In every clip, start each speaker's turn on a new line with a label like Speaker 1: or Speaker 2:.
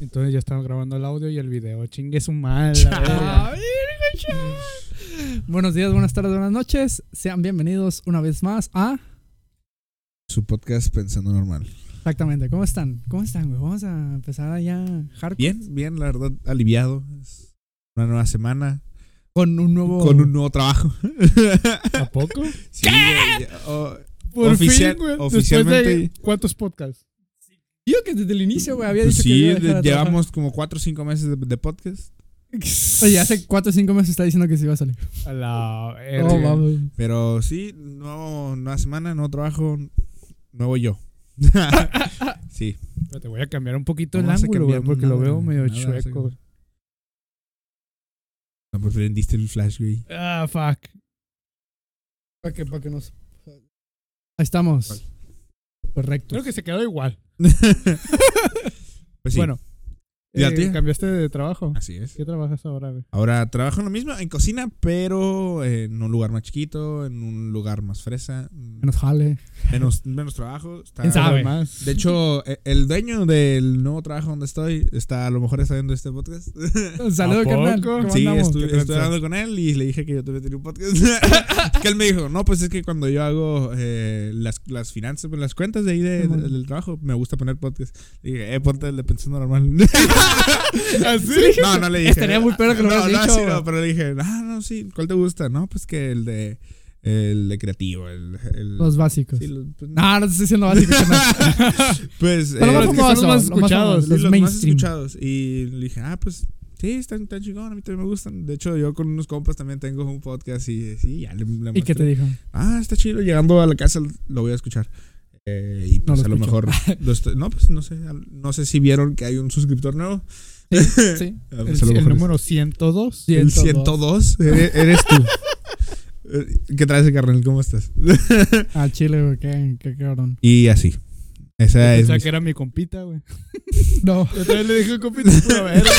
Speaker 1: Entonces ya estaba grabando el audio y el video. Chingue su madre. la verga.
Speaker 2: Chao, virgo, chao. Buenos días, buenas tardes, buenas noches. Sean bienvenidos una vez más a.
Speaker 3: Su podcast Pensando Normal.
Speaker 2: Exactamente, ¿cómo están? ¿Cómo están, güey? Vamos a empezar allá hardcore.
Speaker 3: Bien, bien, la verdad, aliviado. Es una nueva semana.
Speaker 2: Con un nuevo.
Speaker 1: Oh.
Speaker 3: Con un nuevo trabajo.
Speaker 1: ¿A poco?
Speaker 3: Sí, güey, ya- oh,
Speaker 1: Por
Speaker 3: Oficial-
Speaker 1: fin, güey.
Speaker 3: oficialmente-
Speaker 1: Después de cuántos podcasts.
Speaker 2: Yo que desde el inicio, güey, había
Speaker 3: pues
Speaker 2: dicho que.
Speaker 3: sí,
Speaker 2: iba a dejar
Speaker 3: de-
Speaker 2: a
Speaker 3: llevamos como 4 o 5 meses de, de podcast.
Speaker 2: trabajar. Oye, hace 4 o 5 meses está diciendo que se iba a salir.
Speaker 1: A la verga.
Speaker 2: Oh, vamos.
Speaker 3: Pero sí, nuevo, nueva semana, nuevo trabajo, nuevo yo. sí.
Speaker 1: Pero Te voy a cambiar un poquito
Speaker 3: No
Speaker 1: el
Speaker 3: vas a
Speaker 1: ángulo, güey,
Speaker 3: cambiar
Speaker 1: porque lo
Speaker 3: nada,
Speaker 1: veo medio
Speaker 3: nada, vas a
Speaker 1: chueco. güey.
Speaker 3: No, pues prendiste el flash, güey.
Speaker 1: Ah, fuck.
Speaker 2: Para que, para que nos. Ahí estamos.
Speaker 3: Vale.
Speaker 2: Correcto.
Speaker 1: Creo que se quedó igual.
Speaker 3: Pues sí,
Speaker 1: Bueno.
Speaker 3: ¿Y a
Speaker 1: eh,
Speaker 3: ti?
Speaker 1: ¿Cambiaste de trabajo?
Speaker 3: así es.
Speaker 1: ¿Qué trabajas ahora, güey?
Speaker 3: Ahora trabajo en lo mismo, en cocina, pero en un lugar más chiquito, en un lugar más fresa,
Speaker 2: Que nos jale.
Speaker 3: Ah, menos, menos trabajo. Está-
Speaker 2: ¿Quién sabe?
Speaker 1: Más.
Speaker 3: De hecho, e- el dueño del nuevo trabajo donde estoy está a lo mejor está viendo este podcast.
Speaker 2: Un saludo,
Speaker 1: ¿A
Speaker 2: carnal.
Speaker 1: poco?
Speaker 2: ¿Cómo
Speaker 3: Sí,
Speaker 2: andamos?
Speaker 3: estuve,
Speaker 1: ¿Qué
Speaker 3: estuve
Speaker 1: tranza?
Speaker 3: hablando con él y le dije que yo también tenía un podcast. que él me dijo, no, pues es que cuando yo hago eh, las, las finanzas, pues, las cuentas de ahí de-
Speaker 2: Ajá.
Speaker 3: de- del trabajo, me gusta poner podcast. Le dije, eh, ponte el de pensando normal.
Speaker 1: ¿Así?
Speaker 3: no, no le dije.
Speaker 2: Estaría muy peor que lo
Speaker 3: no,
Speaker 2: hubieras
Speaker 3: no,
Speaker 2: dicho,
Speaker 3: sí,
Speaker 2: güey.
Speaker 3: no, pero le dije, ah, no, sí, ¿cuál te gusta? No, pues que el de, el de creativo, el... el-
Speaker 2: Los Ah, básicos.
Speaker 3: sí, los- pues,
Speaker 2: No, no te estoy diciendo básico. carnal.
Speaker 3: Pues,
Speaker 2: Pero
Speaker 3: eh,
Speaker 2: más
Speaker 1: los que son
Speaker 2: famoso,
Speaker 1: los más
Speaker 2: lo más famoso,
Speaker 1: escuchados,
Speaker 3: sí,
Speaker 2: los
Speaker 3: los más
Speaker 2: mainstream.
Speaker 3: escuchados. Y le dije, ah, pues sí, están tan chingón, a mí también me gustan. De hecho, yo con unos compas también tengo un podcast y eh, sí, ya le, le
Speaker 2: ¿Y qué
Speaker 3: mostré.
Speaker 2: te dijo?
Speaker 3: Ah, está chido, llegando a la casa lo voy a escuchar. Eh, y pues
Speaker 2: No
Speaker 3: a
Speaker 2: lo
Speaker 3: lo
Speaker 2: escucho.
Speaker 3: mejor lo estoy- no pues no sé al- no sé si vieron que hay un suscriptor nuevo
Speaker 2: Sí, sí.
Speaker 3: Ah, pues, a lo
Speaker 1: El, el
Speaker 3: mejor es-
Speaker 1: número 102.
Speaker 3: el 102 ere- eres tú Eh, ¿qué traes carnal? ¿cómo estás?
Speaker 2: Al Ah, chile, güey, qué, qué cabrón.
Speaker 3: y así
Speaker 1: Yo
Speaker 3: esa es
Speaker 1: pensaba
Speaker 3: mi-
Speaker 1: que era mi compita, güey.
Speaker 2: No.
Speaker 1: Yo también le dije al compita, pura verga.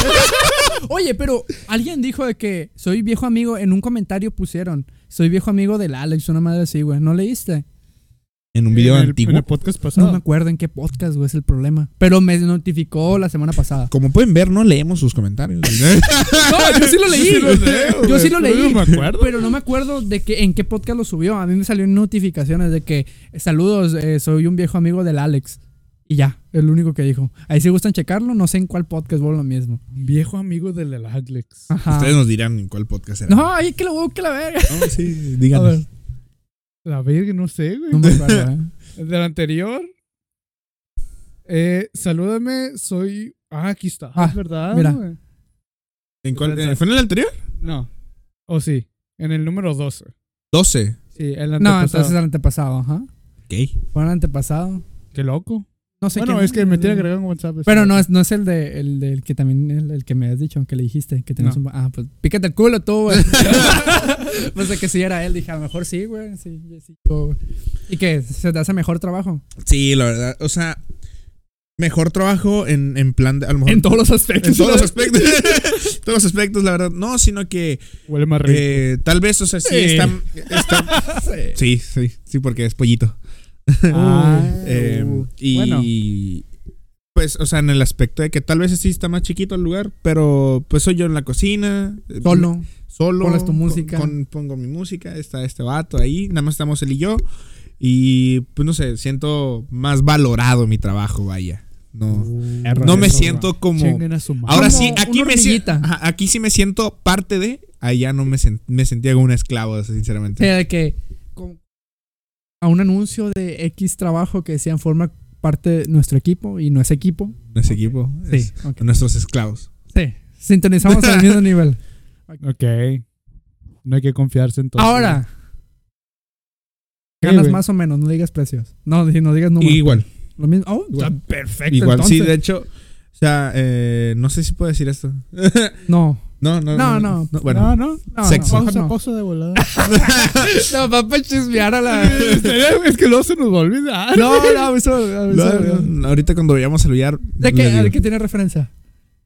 Speaker 2: Oye, pero alguien dijo de que soy viejo amigo. En un comentario pusieron, soy viejo amigo del Alex, una madre así, güey. ¿No leíste? Pues
Speaker 3: en un video
Speaker 1: En el-
Speaker 3: antiguo
Speaker 1: En el podcast pasado.
Speaker 2: No me acuerdo en qué podcast, güey, es el problema. Pero me notificó la semana pasada.
Speaker 3: como pueden ver no leemos sus comentarios
Speaker 2: No, yo sí lo leí.
Speaker 1: Yo sí lo leo,
Speaker 2: Yo
Speaker 1: güey,
Speaker 2: sí lo
Speaker 1: pero
Speaker 2: leí.
Speaker 1: no me acuerdo.
Speaker 2: Pero no me acuerdo de que en qué podcast lo subió. A mí me salieron notificaciones de que saludos, eh, soy un viejo amigo del Alex. Y ya, es lo único que dijo. Ahí si gustan checarlo, no sé en cuál podcast vuelvo lo mismo.
Speaker 1: Un viejo amigo del Alex.
Speaker 2: Ajá.
Speaker 3: ustedes nos dirán en cuál podcast era
Speaker 2: No, ahí que lo busque la verga.
Speaker 3: No, sí,
Speaker 2: A ver.
Speaker 3: díganos.
Speaker 1: La verga, no sé, güey.
Speaker 2: No me acuerdo, eh.
Speaker 1: Del anterior. Eh, salúdame, soy. Ah, aquí está.
Speaker 2: Ah,
Speaker 1: ¿Verdad?
Speaker 2: mira.
Speaker 1: güey?
Speaker 3: ¿En cuál- eh, ¿Fue en el anterior?
Speaker 1: No. O Oh, sí. En el número 12.
Speaker 3: 12.
Speaker 1: Sí, el
Speaker 2: No,
Speaker 1: antepasado.
Speaker 2: entonces el antepasado, ajá.
Speaker 3: Ok.
Speaker 2: Fue el antepasado.
Speaker 1: Qué loco.
Speaker 2: No sé
Speaker 1: bueno,
Speaker 2: quién-
Speaker 1: es que me tiene agregado en WhatsApp.
Speaker 2: Pero no es, no es el de el del que también el, el que me has dicho, que le dijiste que tenías
Speaker 1: No.
Speaker 2: un ah, pues pícate el culo tú, güey. pues de que si era él, dije, a lo mejor sí, güey. Sí, sí, yo, güey. Y que se te hace mejor trabajo.
Speaker 3: Sí, la verdad. O sea, mejor trabajo en, en plan de. A lo mejor.
Speaker 2: En todos los aspectos.
Speaker 3: en todos los aspectos. todos los aspectos, la verdad. No, sino que
Speaker 1: Huele más rico.
Speaker 3: eh, tal vez, o sea, sí,
Speaker 1: Sí.
Speaker 3: está, está- Sí, sí, sí, porque es pollito.
Speaker 2: Ah,
Speaker 3: Eh,
Speaker 2: uh,
Speaker 3: y.
Speaker 2: bueno.
Speaker 3: Pues, o sea, en el aspecto de que tal vez sí está más chiquito el lugar, pero pues soy yo en la cocina. eh,
Speaker 2: Solo.
Speaker 3: solo.
Speaker 2: Pones tu
Speaker 3: con-
Speaker 2: música.
Speaker 3: con- pongo mi música, está este vato ahí, nada más estamos él y yo. Y pues no sé, siento más valorado mi trabajo, vaya.
Speaker 2: Uh,
Speaker 3: No, eh, no me
Speaker 1: Eso,
Speaker 3: siento como...
Speaker 1: Chinguen a su madre.
Speaker 3: Ahora
Speaker 2: Como
Speaker 3: sí, aquí
Speaker 2: una
Speaker 3: me, si-
Speaker 2: hormiguita.
Speaker 3: ajá, aquí sí me siento parte de... Allá no me, sen- me sentía como un esclavo,
Speaker 2: O
Speaker 3: sinceramente.
Speaker 2: sea, de que con- a un anuncio de X trabajo que decían forma parte de nuestro equipo y no es equipo.
Speaker 3: Ese equipo.
Speaker 2: Sí,
Speaker 3: es-
Speaker 2: ok.
Speaker 3: Nuestros esclavos.
Speaker 2: Sí. Sintonizamos al mismo nivel.
Speaker 1: Ok. No hay que confiarse entonces.
Speaker 2: Ahora.
Speaker 1: Sí,
Speaker 2: Ganas
Speaker 1: güey.
Speaker 2: más o menos, no digas precios. No, si no digas números.
Speaker 3: Igual.
Speaker 2: Lo mismo. Oh, está
Speaker 3: Igual.
Speaker 2: perfecto.
Speaker 3: Igual.
Speaker 2: entonces.
Speaker 3: Sí, de hecho... O sea, eh, no sé si puedo decir esto.
Speaker 2: No.
Speaker 3: no, no,
Speaker 2: No,
Speaker 3: no,
Speaker 2: no.
Speaker 3: Bueno,
Speaker 1: no, no.
Speaker 2: No,
Speaker 3: Sexo.
Speaker 2: No,
Speaker 1: Pausa,
Speaker 2: no.
Speaker 1: pausa de volada.
Speaker 2: no papá chismear a la.
Speaker 1: es que luego se nos va a olvidar.
Speaker 2: No, no, eso. eso-
Speaker 3: No, no, ahorita cuando vayamos a saludar.
Speaker 2: ¿De qué, ¿De qué tiene referencia?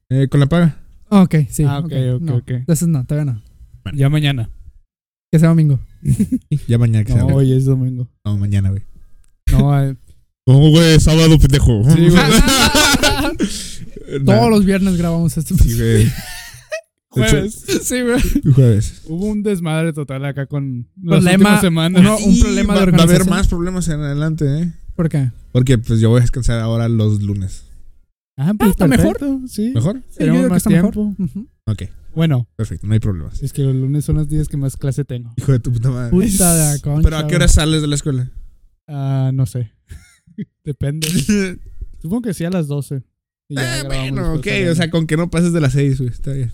Speaker 3: Eh, con la paga.
Speaker 2: Ah, Ok, sí.
Speaker 1: Ah, ok, ok,
Speaker 2: no.
Speaker 1: ok.
Speaker 2: Entonces no, todavía no.
Speaker 1: Ya mañana.
Speaker 2: Que sea domingo.
Speaker 3: Ya mañana que
Speaker 1: No,
Speaker 3: salga.
Speaker 1: hoy es domingo.
Speaker 3: No, mañana, güey.
Speaker 1: No, eh,
Speaker 3: No, güey, sábado, pendejo.
Speaker 1: Sí, güey.
Speaker 2: Todos los viernes grabamos esto.
Speaker 3: Sí, güey. De hecho,
Speaker 1: Jueves.
Speaker 2: Sí, güey.
Speaker 3: Jueves.
Speaker 1: Hubo un desmadre total acá con las
Speaker 2: Problema.
Speaker 1: últimas semanas.
Speaker 2: No, un problema de
Speaker 3: va, va a haber
Speaker 2: organización.
Speaker 3: más problemas en adelante, ¿eh?
Speaker 2: ¿Por qué?
Speaker 3: Porque pues yo voy a descansar ahora los lunes.
Speaker 1: Ah,
Speaker 2: Ah, está mejor.
Speaker 1: perfecto, Sí.
Speaker 3: ¿Mejor?
Speaker 2: Sí,
Speaker 1: Tenemos
Speaker 2: yo digo que
Speaker 1: más
Speaker 2: está mejor.
Speaker 1: tiempo.
Speaker 2: Ujú.
Speaker 3: Ok,
Speaker 1: Bueno,
Speaker 3: perfecto, no hay problemas.
Speaker 1: es que los lunes son los días que más clase tengo.
Speaker 3: Hijo de tu puta madre.
Speaker 2: Puta de la concha,
Speaker 3: ¿Pero a qué hora
Speaker 2: güey.
Speaker 3: sales de la escuela?
Speaker 1: Ah, no sé. Depende. Supongo que sí a las 12. Y ya
Speaker 3: Eh,
Speaker 1: grabamos
Speaker 3: bueno, ok,
Speaker 1: después.
Speaker 3: o sea, con que no pases de las seis, güey, está bien.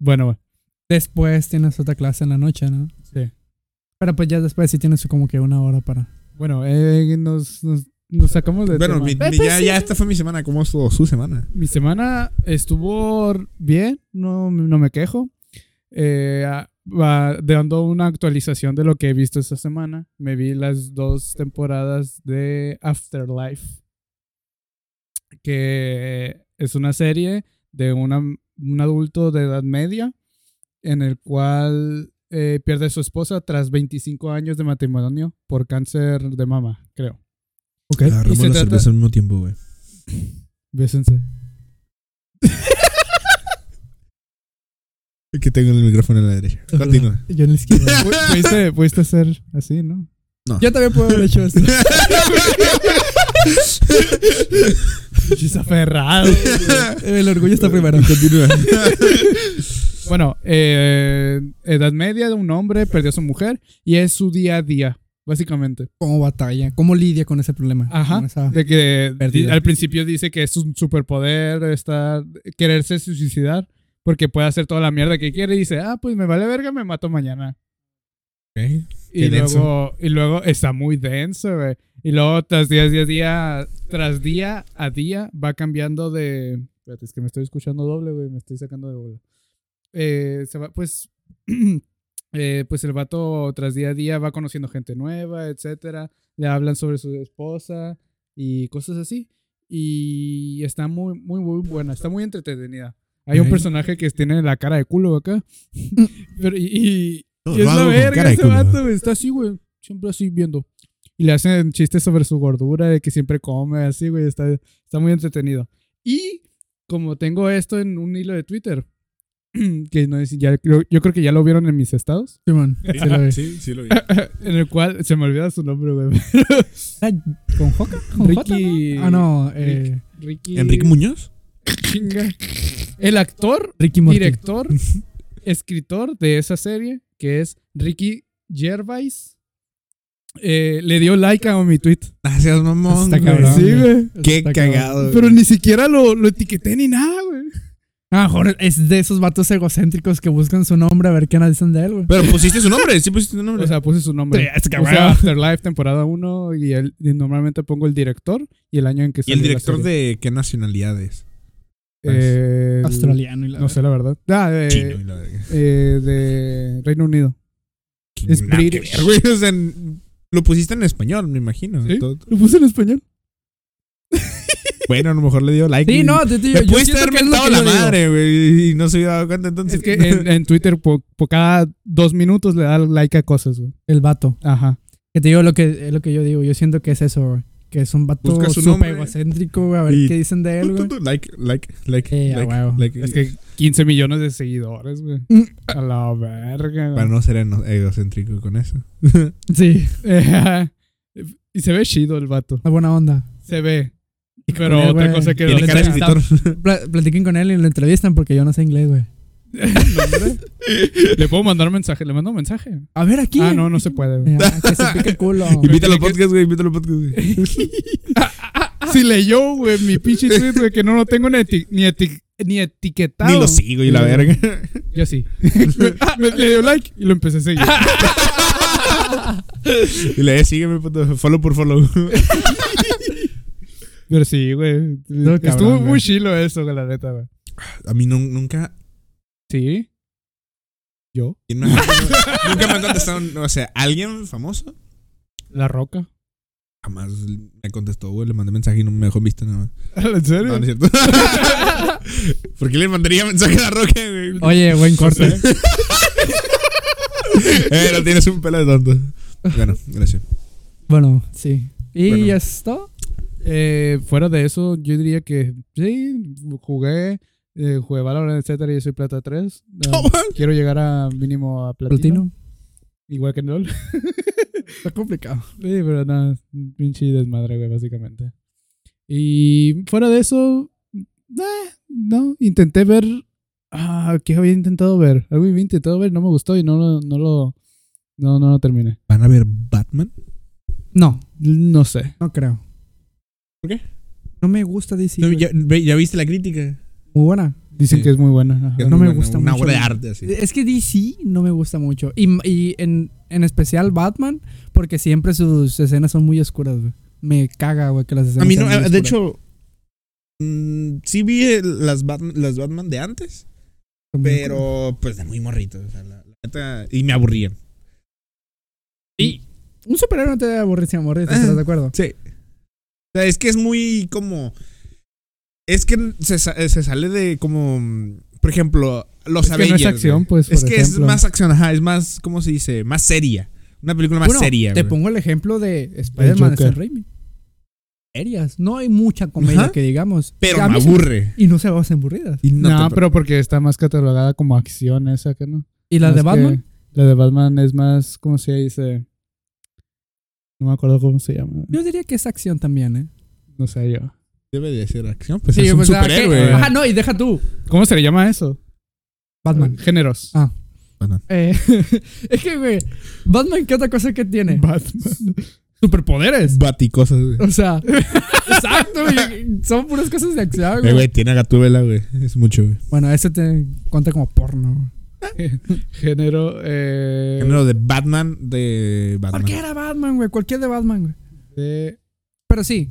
Speaker 1: bueno, bueno.
Speaker 2: Después tienes otra clase en la noche, ¿no?
Speaker 1: Sí.
Speaker 2: Pero pues ya después sí tienes como que una hora para.
Speaker 1: Bueno, eh, nos, nos, nos sacamos de
Speaker 3: Bueno,
Speaker 1: tema.
Speaker 3: mi-
Speaker 2: Pues,
Speaker 3: mi-
Speaker 2: pues,
Speaker 3: ya,
Speaker 2: sí.
Speaker 3: ya esta fue mi semana, ¿cómo estuvo su semana?
Speaker 1: Mi semana estuvo bien, no, no me quejo. Eh, a- va- dando una actualización de lo que he visto esta semana, me vi las dos temporadas de Afterlife, que es una serie de una- un adulto de edad media en el cual eh, pierde a su esposa tras 25 años de matrimonio por cáncer de mama, creo.
Speaker 2: Ok.
Speaker 3: Ah,
Speaker 1: Y se trata-
Speaker 3: al mismo tiempo, güey.
Speaker 1: Bésense.
Speaker 3: Que tengo el micrófono a la derecha. Continúa.
Speaker 2: Yo en la izquierda.
Speaker 1: Pu- Pudiste, pudiste hacer así, ¿no?
Speaker 2: Yo también puedo haber hecho esto.
Speaker 1: Pinches aferrados.
Speaker 2: El orgullo está primero.
Speaker 3: Continúa.
Speaker 1: Bueno, eh, edad media de un hombre perdió a su mujer y es su día a día, básicamente.
Speaker 2: ¿Cómo batalla? ¿Cómo lidia con ese problema?
Speaker 1: Ajá.
Speaker 2: Con esa-
Speaker 1: De que
Speaker 2: Perdida.
Speaker 1: di- al principio dice que es un superpoder estar, quererse suicidar porque puede hacer toda la mierda que quiere y dice, ah, pues me vale verga, me mato mañana.
Speaker 3: Ok.
Speaker 1: Y
Speaker 3: Qué denso.
Speaker 1: luego, y luego está muy denso, güey. Y luego tras día, día, día, tras día a día va cambiando de... Espérate, es que me estoy escuchando doble, güey. Me estoy sacando de bola. Eh, se va, pues... eh, pues el vato tras día a día va conociendo gente nueva, etcétera. Le hablan sobre su esposa y cosas así. Y está muy, muy, muy buena. Está muy entretenida. Hay un
Speaker 2: Ok.
Speaker 1: personaje que tiene la cara de culo acá. Pero, y- y,
Speaker 3: No,
Speaker 1: y es
Speaker 3: Pues lo hago
Speaker 1: la
Speaker 3: con cara
Speaker 1: verga
Speaker 3: de
Speaker 1: ese
Speaker 3: culo.
Speaker 1: vato, güey. Está así, güey. Siempre así viendo. Y le hacen chistes sobre su gordura, de que siempre come, así, güey. Está, está muy entretenido. Y como tengo esto en un hilo de Twitter, que no es, ya, creo- yo creo que ya lo vieron en mis estados,
Speaker 2: Simón.
Speaker 1: Sí lo vi.
Speaker 3: Sí, sí lo vi.
Speaker 1: en el cual se me olvida su nombre, güey.
Speaker 2: Ah, ¿Con Joca? ¿Con
Speaker 1: Ricky-
Speaker 2: Jota, no? Ah, no. eh,
Speaker 1: Ricky.
Speaker 3: ¿Enrique Muñoz?
Speaker 1: Chinga. El actor,
Speaker 2: Ricky Morty.
Speaker 1: director, escritor de esa serie, que es Ricky Gervais, eh, le dio like a mi tweet.
Speaker 3: Gracias, mamón.
Speaker 2: Está
Speaker 3: güey.
Speaker 2: Ah, cabrón.
Speaker 3: Sí.
Speaker 1: Sí,
Speaker 2: güey.
Speaker 1: güey.
Speaker 3: Qué
Speaker 2: Está cabrón.
Speaker 3: cagado.
Speaker 1: Pero
Speaker 3: güey.
Speaker 1: ni siquiera lo, lo etiqueté ni nada, güey.
Speaker 2: A lo mejor es de esos vatos egocéntricos que buscan su nombre a ver qué analizan de él, güey.
Speaker 3: Pero pusiste su nombre, sí pusiste su nombre.
Speaker 1: O sea, puse su nombre.
Speaker 2: Es que,
Speaker 1: O
Speaker 2: güey.
Speaker 1: sea, Afterlife temporada 1 y, el, y normalmente pongo el director y el año en que
Speaker 3: ¿Y el
Speaker 1: salió la
Speaker 3: director
Speaker 1: serie.
Speaker 3: de qué nacionalidades?
Speaker 1: Eh,
Speaker 2: Australiano y la
Speaker 1: No sé, la verdad. Ah, eh,
Speaker 3: Chino y la verga.
Speaker 1: eh, de Reino Unido. es
Speaker 3: Nada que
Speaker 1: British.
Speaker 3: ver, güey, o sea, n- lo pusiste en español, me imagino.
Speaker 1: ¿Sí?
Speaker 3: Todo-
Speaker 1: Lo puse en español.
Speaker 3: Bueno, a lo mejor le dio like.
Speaker 2: Sí,
Speaker 3: y-
Speaker 2: no, te digo.
Speaker 3: Me
Speaker 2: yo
Speaker 3: pudiste
Speaker 2: siento
Speaker 3: haber
Speaker 2: que es lo
Speaker 3: mentado
Speaker 2: que
Speaker 3: la
Speaker 2: yo digo.
Speaker 3: madre, güey, y no se hubiera dado cuenta entonces.
Speaker 1: Es que en, en Twitter por, por cada dos minutos le da like a cosas, güey.
Speaker 2: El vato.
Speaker 1: Ajá.
Speaker 2: Que te digo lo que, es lo que yo digo. Yo siento que es eso, güey. Que es un vato
Speaker 3: Busca su
Speaker 2: súper
Speaker 3: nombre.
Speaker 2: egocéntrico, güey. A ver
Speaker 3: Y-
Speaker 2: qué dicen de él, güey.
Speaker 3: Like, like, like,
Speaker 2: Eh, a
Speaker 3: like,
Speaker 2: huevo.
Speaker 3: like.
Speaker 1: Es que 15 millones de seguidores, güey.
Speaker 2: Mm.
Speaker 1: A la verga.
Speaker 3: Para no ser eno- egocéntrico con eso.
Speaker 2: Sí.
Speaker 1: güey. y se ve chido el vato.
Speaker 2: La buena onda.
Speaker 1: Se ve.
Speaker 2: culero,
Speaker 1: Pero otra
Speaker 2: güey.
Speaker 1: cosa que
Speaker 2: Tiene
Speaker 1: no-
Speaker 2: cara de escritor.
Speaker 3: escritor.
Speaker 2: Pla- platiquen con él y lo entrevistan porque yo no sé inglés, güey.
Speaker 1: Le puedo mandar un mensaje. Le mando un mensaje.
Speaker 2: A ver aquí.
Speaker 1: Ah, no, no se puede. güey.
Speaker 2: Eh, ah, que se pique el culo.
Speaker 3: Invítalo al podcast, güey. Invítalo al podcast, güey.
Speaker 1: Si leyó, güey, mi pinche tweet, güey, que no lo tengo ni, eti- ni, eti- ni etiquetado.
Speaker 3: Ni lo sigo, y la verga.
Speaker 1: Yo sí. Me- le dio like y lo empecé a seguir.
Speaker 3: Y le dije, sígueme, puto. Follow por follow.
Speaker 1: Pero sí, güey.
Speaker 2: No, cabrón,
Speaker 1: Estuvo muy
Speaker 2: güey.
Speaker 1: chilo eso, güey, la neta, güey.
Speaker 3: A mí nun- nunca.
Speaker 1: Sí. Yo.
Speaker 3: Nunca me han contestado. O sea, alguien famoso
Speaker 1: La Roca.
Speaker 3: jamás me contestó, güey. Le mandé mensaje y no me dejó en vista nada más.
Speaker 1: ¿En serio?
Speaker 3: No, no es cierto. ¿Por qué le mandaría mensaje a la Roque, güey?
Speaker 2: Oye, buen corte.
Speaker 3: Eh, no tienes un pelo de tonto. Bueno, gracias.
Speaker 2: Bueno, sí. ¿Y
Speaker 3: Bueno.
Speaker 2: ya es todo?
Speaker 1: Eh, fuera de eso, yo diría que sí, jugué, eh, jugué Valorant, etcétera, y yo soy plata 3. Ah, quiero llegar a mínimo a platino.
Speaker 2: Platino.
Speaker 1: Igual que en LOL.
Speaker 2: Está complicado.
Speaker 1: Sí, pero nada, un pinche desmadre, güey, básicamente. Y fuera de eso, eh, no, intenté ver. Ah, ¿qué había intentado ver? Algo había intentado ver, no me gustó y no, lo- no lo. No, no lo terminé.
Speaker 3: ¿Van a ver Batman?
Speaker 2: No,
Speaker 1: No sé.
Speaker 2: no creo.
Speaker 3: ¿Por qué?
Speaker 2: No me gusta DC.
Speaker 3: No,
Speaker 2: güey.
Speaker 3: ya, ve- ya viste la crítica?
Speaker 2: Muy buena.
Speaker 1: Dicen
Speaker 3: Sí.
Speaker 1: que es muy buena.
Speaker 3: Que
Speaker 1: ajá.
Speaker 3: es
Speaker 2: No
Speaker 3: muy
Speaker 2: me
Speaker 3: buena,
Speaker 2: gusta
Speaker 3: Ah, Una
Speaker 2: mucho
Speaker 3: obra de
Speaker 2: la- Eh,
Speaker 3: arte, así.
Speaker 2: Es que DC no me gusta mucho. Y, y en, en especial Batman, porque siempre sus escenas son muy oscuras, güey. Me caga, güey, que las escenas
Speaker 3: A mí
Speaker 2: sean
Speaker 3: no,
Speaker 2: muy
Speaker 3: eh, de
Speaker 2: oscuras.
Speaker 3: hecho, mm, sí vi el- las, Batman, las Batman de antes,
Speaker 2: Son muy oscuras.
Speaker 3: pero pues de muy morrito. o sea, la- la neta, y me aburrían.
Speaker 2: Y- Un superhéroe no te debe aburrir sin aburrir,
Speaker 3: Ah.
Speaker 2: ¿estás de acuerdo?
Speaker 3: Sí. O sea, es que es muy como. Es que se, sa- eh, se sale de como. mm, Por ejemplo, los
Speaker 1: Es que no es
Speaker 3: Avengers,
Speaker 1: acción,
Speaker 3: güey.
Speaker 1: pues.
Speaker 3: Es
Speaker 1: por
Speaker 3: que
Speaker 1: ejemplo.
Speaker 3: es más acción, ajá, es más, ¿cómo se dice? Más seria. Una película más
Speaker 2: Bueno,
Speaker 3: seria.
Speaker 2: Te
Speaker 3: güey.
Speaker 2: pongo el ejemplo de Spider-Man de
Speaker 1: Joker.
Speaker 2: Sam Raimi. Serias. No hay mucha comedia
Speaker 3: Ajá.
Speaker 2: que digamos.
Speaker 3: Pero
Speaker 2: A
Speaker 3: me
Speaker 2: mí se-
Speaker 3: aburre.
Speaker 2: Y no se basan aburridas.
Speaker 3: Y
Speaker 1: No,
Speaker 3: te-
Speaker 1: pero porque está más catalogada como acción esa que no.
Speaker 2: ¿Y la
Speaker 1: Más
Speaker 2: de
Speaker 1: que-
Speaker 2: Batman?
Speaker 1: La de Batman es más, ¿cómo se dice? No me acuerdo cómo se llama.
Speaker 2: Yo diría que es acción también, ¿eh?
Speaker 1: No sé yo.
Speaker 3: Debe de ser acción, pues
Speaker 2: Sí,
Speaker 3: es un
Speaker 2: pues, ah, ¿qué?
Speaker 3: superhéroe.
Speaker 2: Ajá, no, y deja tú.
Speaker 1: ¿Cómo se le llama eso?
Speaker 2: Batman.
Speaker 1: Géneros.
Speaker 2: Ah. Eh, es que, güey, Batman, ¿qué otra cosa que tiene?
Speaker 1: Batman.
Speaker 2: Superpoderes.
Speaker 3: Baticosas, güey.
Speaker 2: O sea, exacto, güey. Son puras cosas de acción,
Speaker 3: Eh,
Speaker 2: güey.
Speaker 3: güey, tiene a Gatúbela, güey. Es mucho, güey.
Speaker 2: Bueno, ese te cuenta como porno, güey.
Speaker 1: Género. Eh,
Speaker 3: Género de Batman, de Batman.
Speaker 2: Cualquiera Batman, güey. Cualquier de Batman, güey.
Speaker 1: de
Speaker 2: Pero sí,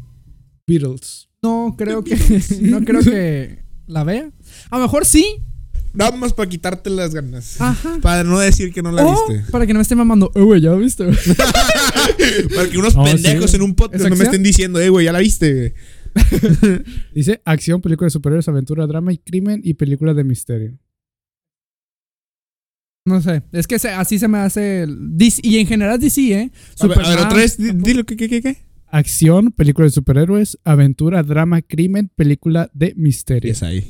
Speaker 1: Beatles.
Speaker 2: no creo que. no creo que la vea. A lo mejor sí.
Speaker 3: Nada más para quitarte las ganas.
Speaker 2: Ajá.
Speaker 3: Ah. Para no decir que no la
Speaker 2: O
Speaker 3: viste.
Speaker 2: para que no me esté mamando. Eh, güey, ya lo viste, güey.
Speaker 3: Para que unos
Speaker 1: No, sí,
Speaker 3: pendejos
Speaker 1: güey.
Speaker 3: en un podcast
Speaker 2: Oh, ¿Es
Speaker 3: no me
Speaker 2: acción?
Speaker 3: estén diciendo, eh, güey, ya la viste, güey.
Speaker 1: Dice acción, película de superhéroes, aventura, drama y crimen y película de misterio.
Speaker 2: No sé. Es que se- así se me hace. el DC, y en general DC, ¿eh?
Speaker 3: A ver, a ver,
Speaker 2: Superman,
Speaker 3: otra vez, di- dilo, ¿qué, qué, qué? qué?
Speaker 1: Acción, película de superhéroes, aventura, drama, crimen, película de misterio.
Speaker 3: ahí.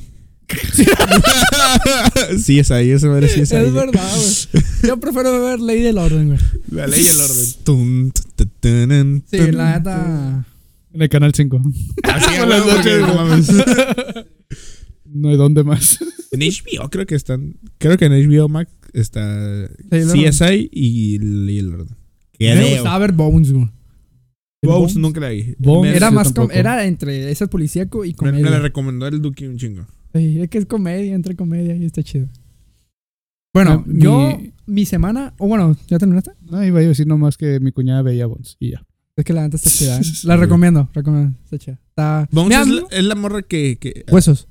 Speaker 3: sí, es ahí, esa madre sí es ahí.
Speaker 2: Es verdad, güey. Yo prefiero ver Ley del Orden, güey.
Speaker 3: La ley y el orden. Tun, tu, tu, tunun,
Speaker 2: Sí,
Speaker 3: tun.
Speaker 2: la neta.
Speaker 1: En el canal 5.
Speaker 3: Así a huevo, porque no mames.
Speaker 1: No hay dónde más.
Speaker 3: En HBO creo que están. Creo que en HBO Max está
Speaker 2: del
Speaker 3: CSI y Ley y el orden.
Speaker 2: Me gustaba ver Bones, güey.
Speaker 3: Bones nunca la vi.
Speaker 1: Bones.
Speaker 3: Me-
Speaker 2: Era
Speaker 1: Yo
Speaker 2: más com-
Speaker 1: tampoco.
Speaker 2: era entre ese policíaco y
Speaker 3: Me,
Speaker 2: comedia.
Speaker 3: me la recomendó el Duque un chingo.
Speaker 2: Sí, es que es comedia, entre comedia y está chido. Bueno,
Speaker 1: Mi-
Speaker 2: yo mi semana, o bueno, ¿ya terminaste?
Speaker 1: No, iba a decir nomás que mi cuñada veía Bones y ya.
Speaker 2: Es que la neta está chida. ¿eh? La recomiendo, recomiendo, está chida. Está
Speaker 3: Bones
Speaker 2: Mira,
Speaker 3: es la, es la morra que. que
Speaker 2: huesos.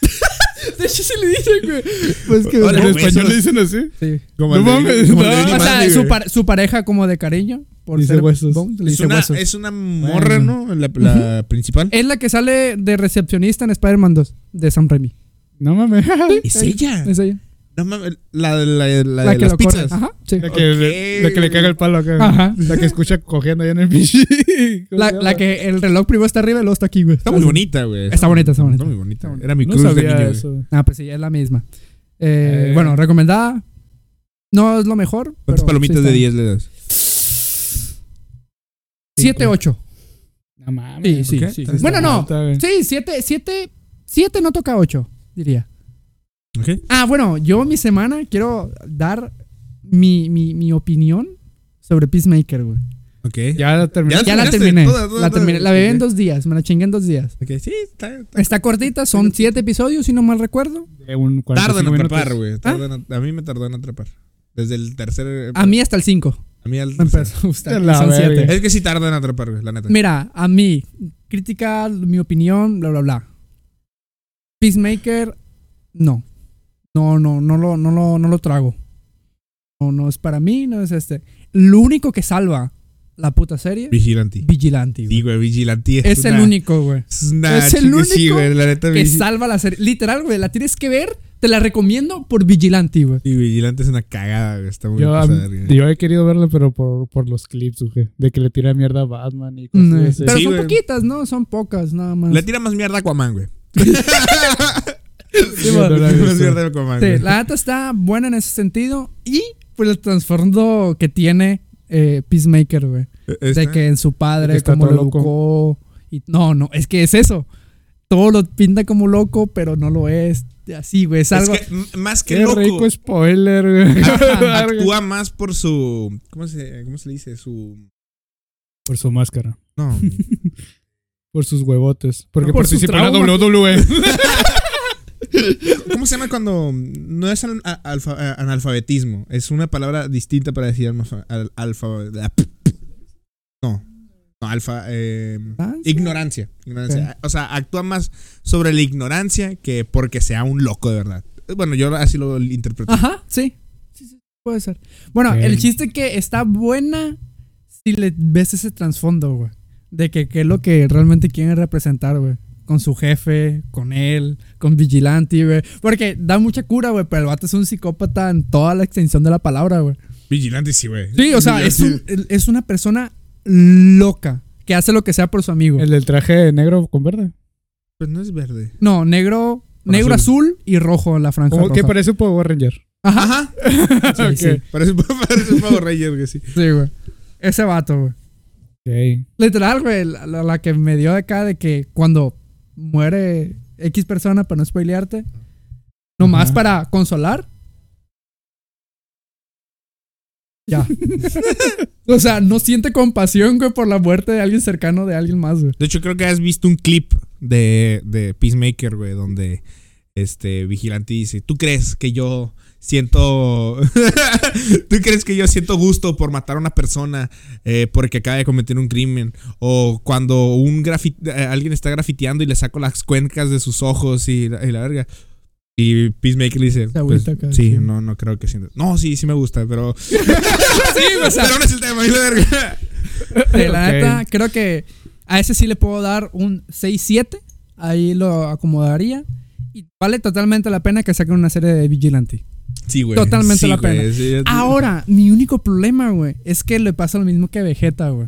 Speaker 2: De hecho se le dice, güey.
Speaker 1: Pues
Speaker 3: que Hola, en güey, español eso- le
Speaker 1: dicen así.
Speaker 2: Sí.
Speaker 3: como
Speaker 1: No
Speaker 3: el de-
Speaker 1: mames,
Speaker 3: como el
Speaker 1: no.
Speaker 3: de Eddie
Speaker 2: Ah, O sea,
Speaker 3: Murphy,
Speaker 2: su,
Speaker 3: güey.
Speaker 2: par- su pareja como de cariño por
Speaker 1: Dice
Speaker 2: ser
Speaker 1: huesos.
Speaker 2: Bones, le
Speaker 3: es,
Speaker 2: dice
Speaker 3: una,
Speaker 2: huesos.
Speaker 3: es una morra,
Speaker 1: Bueno.
Speaker 3: ¿no? La, la principal.
Speaker 2: Es la que sale de recepcionista en Spider-Man 2 de Sam Raimi.
Speaker 1: No mames.
Speaker 3: Es ella.
Speaker 2: Es ella.
Speaker 3: No mames, la, la, la, Ah, la
Speaker 2: La
Speaker 3: de
Speaker 2: que
Speaker 3: las
Speaker 2: lo corre.
Speaker 3: pizzas.
Speaker 2: Ajá. Sí.
Speaker 1: La que,
Speaker 3: Ok.
Speaker 1: la que le caga el palo acá.
Speaker 2: Ajá.
Speaker 1: La que escucha cogiendo allá en el pinche. ¿Cómo
Speaker 2: La,
Speaker 1: se llama?
Speaker 2: la que el reloj privado está arriba y luego está aquí, güey.
Speaker 3: Está muy bonita, güey.
Speaker 2: Está bonita, está bonita.
Speaker 3: Está muy bonita.
Speaker 2: bonita.
Speaker 3: Era mi
Speaker 1: No
Speaker 3: cruz de
Speaker 1: sabía
Speaker 3: niño. güey.
Speaker 1: eso.
Speaker 2: Ah, pues sí, es la misma. Eh,
Speaker 1: Eh.
Speaker 2: Bueno, recomendada. No es lo mejor.
Speaker 3: ¿Cuántas palomitas de 10 le das?
Speaker 2: 7, 8.
Speaker 1: No mames.
Speaker 2: Sí, sí,
Speaker 3: ¿Por qué?
Speaker 2: sí.
Speaker 3: Está-
Speaker 2: Bueno, no.
Speaker 1: Está bien.
Speaker 2: Sí, 7, 7, 7 no toca 8, diría.
Speaker 3: Ok.
Speaker 2: Ah, bueno, yo mi semana quiero dar mi, mi, mi opinión sobre Peacemaker, güey.
Speaker 3: Ok.
Speaker 1: Ya la terminé.
Speaker 2: Ya la
Speaker 3: ¿Terminaste?
Speaker 2: terminé.
Speaker 3: Toda, toda,
Speaker 2: la
Speaker 3: toda.
Speaker 2: terminé. La bebé en
Speaker 3: Ok.
Speaker 2: dos días. Me la chingué en dos días.
Speaker 3: Ok, sí, está. está-
Speaker 2: Está cortita, son siete episodios, si no mal recuerdo.
Speaker 1: De un 45
Speaker 3: Tardan en
Speaker 1: minutos.
Speaker 3: atrapar,
Speaker 2: Ah.
Speaker 3: güey. Tardan a- A mí me tardó en atrapar. Desde el tercer. eh,
Speaker 2: A mí hasta el 5.
Speaker 3: A mí al
Speaker 2: Me Ah,
Speaker 3: tercer.
Speaker 2: empezó a gustar.
Speaker 1: La
Speaker 2: Son
Speaker 1: verga.
Speaker 2: siete.
Speaker 3: Es que sí tardan en atrapar, güey, la neta.
Speaker 2: Mira, a mí, crítica, mi opinión, bla, bla, bla. Peacemaker, no. No, no, no lo, no lo, no lo trago. No, no es para mí, no es este. Lo único que salva la puta serie,
Speaker 3: Vigilante.
Speaker 2: Vigilante, güey.
Speaker 3: Sí, güey, vigilante.
Speaker 2: Es el
Speaker 3: una-
Speaker 2: único, güey.
Speaker 3: Es, una
Speaker 2: Es el
Speaker 3: chingue- sí,
Speaker 2: único
Speaker 3: güey, la neta,
Speaker 2: Que
Speaker 3: vigi-
Speaker 2: salva la serie. Literal, güey, la tienes que ver Te la recomiendo por Vigilante, güey.
Speaker 3: Y Vigilante es una cagada, güey. Está muy
Speaker 1: Yo,
Speaker 3: pasada de
Speaker 1: am-
Speaker 3: verga.
Speaker 1: yo he querido verlo, pero por, por los clips, güey. De que le tira mierda a Batman y cosas así.
Speaker 2: Pero
Speaker 3: Sí,
Speaker 2: son
Speaker 3: güey.
Speaker 2: poquitas, ¿no? Son pocas, nada más.
Speaker 3: Le tira más mierda a Aquaman, güey.
Speaker 1: Sí, yo no la he
Speaker 3: Le tira
Speaker 1: visto.
Speaker 3: más mierda a Aquaman,
Speaker 2: Sí,
Speaker 3: güey.
Speaker 2: la data está buena en ese sentido. Y pues el trasfondo que tiene eh, Peacemaker, güey.
Speaker 3: Esta-
Speaker 2: De que en su
Speaker 1: de que
Speaker 2: padre,
Speaker 1: está
Speaker 2: como lo
Speaker 1: todo
Speaker 2: educó. Y, no, no, es que es eso. Todo lo pinta como loco, pero no lo es. Así, güey. Es algo.
Speaker 3: Es que, m- más que
Speaker 1: Qué
Speaker 3: loco.
Speaker 1: rico spoiler, güey.
Speaker 3: Ajá, actúa más por su. ¿Cómo se, cómo se le dice? Su.
Speaker 1: Por su máscara.
Speaker 3: No.
Speaker 1: Por sus huevotes. Porque pues,
Speaker 2: Por su
Speaker 1: participó en la
Speaker 2: trauma.
Speaker 1: WWE.
Speaker 3: ¿Cómo se llama cuando.? No es al- a- alfa- a- analfabetismo. Es una palabra distinta para decir alfa. al- alfa la- no. No, alfa. eh, ignorancia. ignorancia. O sea, actúa más sobre la ignorancia que porque sea un loco de verdad. Bueno, yo así lo interpreto.
Speaker 2: Ajá, sí. Sí, sí, puede ser. Bueno,
Speaker 1: Ok.
Speaker 2: el chiste que está buena si le ves ese trasfondo, güey. De que qué es lo que realmente quieren representar, güey. Con su jefe, con él, con Vigilante, güey. Porque da mucha cura, güey, pero el vato es un psicópata en toda la extensión de la palabra, güey.
Speaker 3: Vigilante, sí, güey.
Speaker 2: Sí, o sea, es, un- es una persona loca que hace lo que sea por su amigo.
Speaker 1: El del traje negro con verde.
Speaker 3: Pues no es verde.
Speaker 2: No, negro, negro azul. y rojo la franja.
Speaker 1: Como que
Speaker 2: roja.
Speaker 1: parece un Power Ranger.
Speaker 2: Ajá.
Speaker 3: Ajá.
Speaker 2: Sí,
Speaker 1: Ok.
Speaker 2: sí,
Speaker 3: Parece, parece un Power Ranger que sí.
Speaker 2: sí, güey. Ese vato, güey.
Speaker 1: Ok.
Speaker 2: Literal, güey, la, la- la que me dio acá de que cuando muere X persona, para no spoilearte, nomás
Speaker 1: Ajá.
Speaker 2: para consolar. Ya. o sea, no siente compasión, güey, por la muerte de alguien cercano de alguien más, güey.
Speaker 3: De hecho, creo que has visto un clip de, de Peacemaker, güey, donde este vigilante dice, ¿tú crees que yo siento... ¿Tú crees que yo siento gusto por matar a una persona eh, porque acaba de cometer un crimen? O cuando un grafi- eh, alguien está grafiteando y le saco las cuencas de sus ojos y la, y la verga. Y Peacemaker le dice,
Speaker 2: Se
Speaker 3: pues,
Speaker 2: agüita acá,
Speaker 3: sí,
Speaker 2: sí.
Speaker 3: no, no creo que sienta. No, sí, sí me gusta, pero...
Speaker 2: Sí, o sea,
Speaker 3: pero no es el tema, y la verga.
Speaker 2: de la
Speaker 1: Ok.
Speaker 2: neta, creo que a ese sí le puedo dar un 6-7. Ahí lo acomodaría. Y vale totalmente la pena que saquen una serie de Vigilante.
Speaker 3: Sí, güey.
Speaker 2: Totalmente
Speaker 3: sí,
Speaker 2: la
Speaker 3: güey,
Speaker 2: pena.
Speaker 3: sí,
Speaker 2: Ahora, mi único problema, güey, es que le pasa lo mismo que a Vegeta, güey.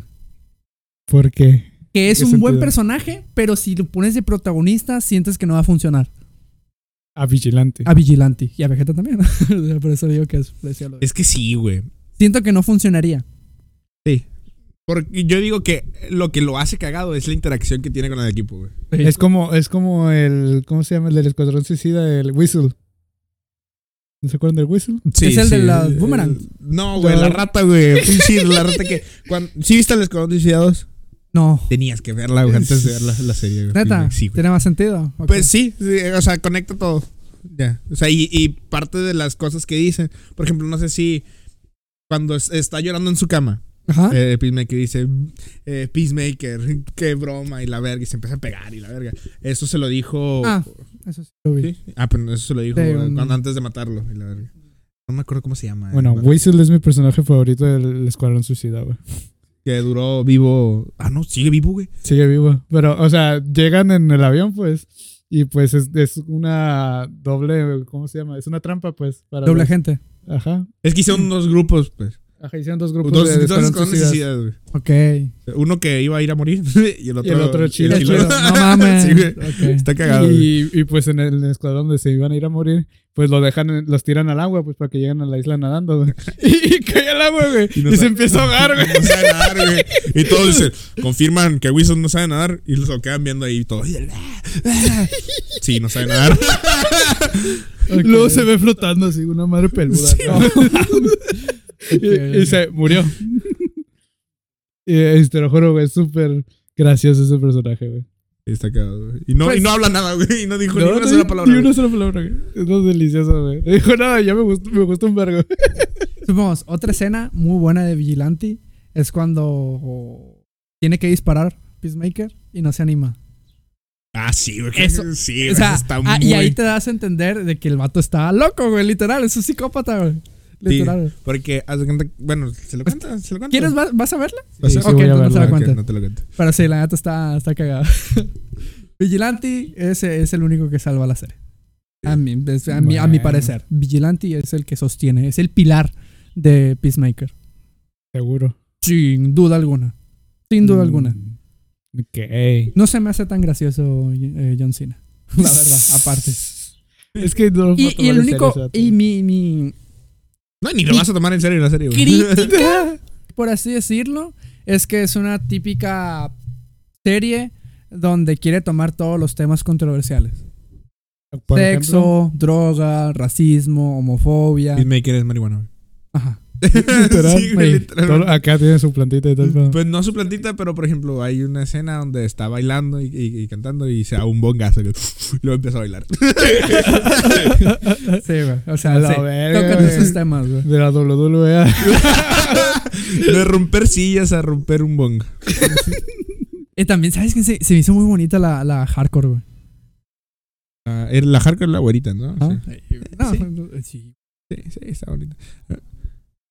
Speaker 1: ¿Por qué?
Speaker 2: Que es
Speaker 1: ¿Qué
Speaker 2: un buen
Speaker 1: sentido?
Speaker 2: personaje, pero si lo pones de protagonista, sientes que no va a funcionar.
Speaker 1: A vigilante.
Speaker 2: A Vigilante y a Vegeta también. Por eso digo que es. decía lo de-
Speaker 3: Es que sí, güey.
Speaker 2: Siento que no funcionaría.
Speaker 3: Sí. Porque yo digo que lo que lo hace cagado es la interacción que tiene con el equipo, güey.
Speaker 1: Es como, es como el. ¿Cómo se llama? El del Escuadrón Suicida, el Whistle. ¿No se acuerdan del Whistle?
Speaker 2: ¿Es el de la boomerang?
Speaker 3: No, güey,
Speaker 1: No.
Speaker 3: la rata, güey. Sí, la rata que. cuando- ¿Sí viste el Escuadrón de Suicidados?
Speaker 2: No.
Speaker 3: Tenías que verla, güey, antes de ver la, la serie, güey.
Speaker 2: Neta,
Speaker 3: Sí, güey.
Speaker 2: tiene más sentido. Ok.
Speaker 3: Pues sí, sí, o sea, conecta todo. Ya. O sea, y, y parte de las cosas que dicen. Por ejemplo, no sé si. Cuando es- está llorando en su cama,
Speaker 2: Ajá.
Speaker 3: eh, Peacemaker dice: eh, Peacemaker, qué broma, y la verga, y se empieza a pegar, y la verga. Eso se lo dijo.
Speaker 2: ah, eso sí lo vi.
Speaker 3: Sí. Ah, pero eso se lo dijo
Speaker 2: Sí,
Speaker 3: güey,
Speaker 2: un-
Speaker 3: cuando- antes de matarlo. y la verga. No me acuerdo cómo se llama. eh,
Speaker 1: Bueno,
Speaker 3: la-
Speaker 1: Whistle es mi personaje favorito del Escuadrón Suicida, güey.
Speaker 3: Que duró vivo. Ah, no, sigue vivo, güey.
Speaker 1: Sigue vivo. Pero, o sea, llegan en el avión, pues. Y pues es, es una doble. ¿Cómo se llama? Es una trampa, pues. Para
Speaker 2: Doble
Speaker 1: los-
Speaker 2: gente.
Speaker 1: Ajá.
Speaker 3: Es que hicieron dos grupos, pues.
Speaker 1: Ajá, hicieron dos grupos
Speaker 3: Dos,
Speaker 1: de
Speaker 3: dos
Speaker 1: Escuadrón
Speaker 3: con
Speaker 1: Suicida.
Speaker 3: necesidad, güey.
Speaker 2: Ok. Y
Speaker 3: Uno que iba a ir a morir y el otro.
Speaker 1: el otro chido.
Speaker 2: el chido,
Speaker 1: chido.
Speaker 2: No mames.
Speaker 3: Sí, güey.
Speaker 2: Ok.
Speaker 3: Está cagado. güey.
Speaker 1: Y, y, pues en el escuadrón donde se iban a ir a morir, pues lo dejan, en- los tiran al agua, pues para que lleguen a la isla nadando, güey. Y, y cae al agua, güey.
Speaker 3: Y
Speaker 1: Y,
Speaker 3: no
Speaker 1: se
Speaker 3: sa-
Speaker 1: empieza a ahogar, güey.
Speaker 3: No sabe nadar, güey. Y todos dicen, confirman que Wilson no sabe nadar y lo quedan viendo ahí todos. "Ah, Sí, no sabe nadar.
Speaker 1: Y Luego se ve flotando así, una madre peluda. ¿no? y, y se murió. y eh, te lo juro, güey, es súper gracioso ese personaje, güey.
Speaker 3: Está cagado, güey. Y no, y
Speaker 2: Pues-
Speaker 3: no habla nada, güey. Y no dijo ni
Speaker 1: No,
Speaker 3: una
Speaker 1: no,
Speaker 3: sola palabra.
Speaker 1: Ni
Speaker 3: güey.
Speaker 1: una sola palabra, güey. Es lo delicioso, güey. Dijo, nada, ya me gustó, me gustó un vergo.
Speaker 2: Supongamos, otra escena muy buena de Vigilante es cuando tiene que disparar Peacemaker y no se anima.
Speaker 3: Ah, sí, güey.
Speaker 2: Eso-
Speaker 3: sí, güey,
Speaker 2: O sea,
Speaker 3: eso está
Speaker 2: ah,
Speaker 3: muy...
Speaker 2: y ahí te das a entender de que el vato está loco, güey, literal, es un psicópata, güey. Literal. güey.
Speaker 3: Porque, haz de cuenta- bueno, se lo cuenta, se lo cuenta.
Speaker 2: ¿Quieres, va- vas a verla?
Speaker 3: O sea,
Speaker 1: Sí,
Speaker 2: ok,
Speaker 1: voy a
Speaker 2: entonces no se la
Speaker 1: verlo.
Speaker 2: cuento. cuenta?
Speaker 3: ok, no te lo cuento.
Speaker 2: Pero sí, la neta está, está cagada. Vigilante ese es el único que salva la serie. A mi, es- a, mi, a mi
Speaker 1: Bueno.
Speaker 2: parecer. Vigilante es el que sostiene, es el pilar de Peacemaker.
Speaker 1: Seguro.
Speaker 2: Sin duda alguna. Sin duda
Speaker 1: Mm.
Speaker 2: alguna.
Speaker 1: Ok.
Speaker 2: No se me hace tan gracioso eh, John Cena. La verdad, aparte.
Speaker 1: Es que no lo puedo
Speaker 2: Y, y
Speaker 1: tomar
Speaker 2: el
Speaker 1: en serio,
Speaker 2: único.
Speaker 1: ese vato.
Speaker 2: Y mi, mi
Speaker 3: No, ni lo vas a tomar en serio en la serie, güey.
Speaker 2: crítica, por así decirlo, es que es una típica serie donde quiere tomar todos los temas controversiales:
Speaker 1: Por
Speaker 2: sexo,
Speaker 1: ejemplo,
Speaker 2: droga, racismo, homofobia.
Speaker 3: Peacemaker es marihuana, güey.
Speaker 2: Ajá.
Speaker 1: literal,
Speaker 3: Sí, güey,
Speaker 1: güey.
Speaker 3: literalmente.
Speaker 1: Todo- acá tiene su plantita y tal. pero-
Speaker 3: Pues no su plantita, pero por ejemplo, hay una escena donde está bailando y, y- y cantando y se da un bongazo y luego, y luego empieza a bailar.
Speaker 2: Sí, güey. O
Speaker 1: A
Speaker 2: sea,
Speaker 1: la
Speaker 2: sí,
Speaker 1: verga,
Speaker 2: tocan
Speaker 1: güey.
Speaker 2: esos temas, güey.
Speaker 1: De la E WWE.
Speaker 3: De romper sillas a romper un bong.
Speaker 2: Y también, ¿sabes qué? Se, se me hizo muy bonita la, la hardcore, güey.
Speaker 3: Ah, era la hardcore la güerita, ¿no?
Speaker 2: ¿Ah? No,
Speaker 3: Sí.
Speaker 2: fue- sí.
Speaker 3: Sí, sí, está bonita.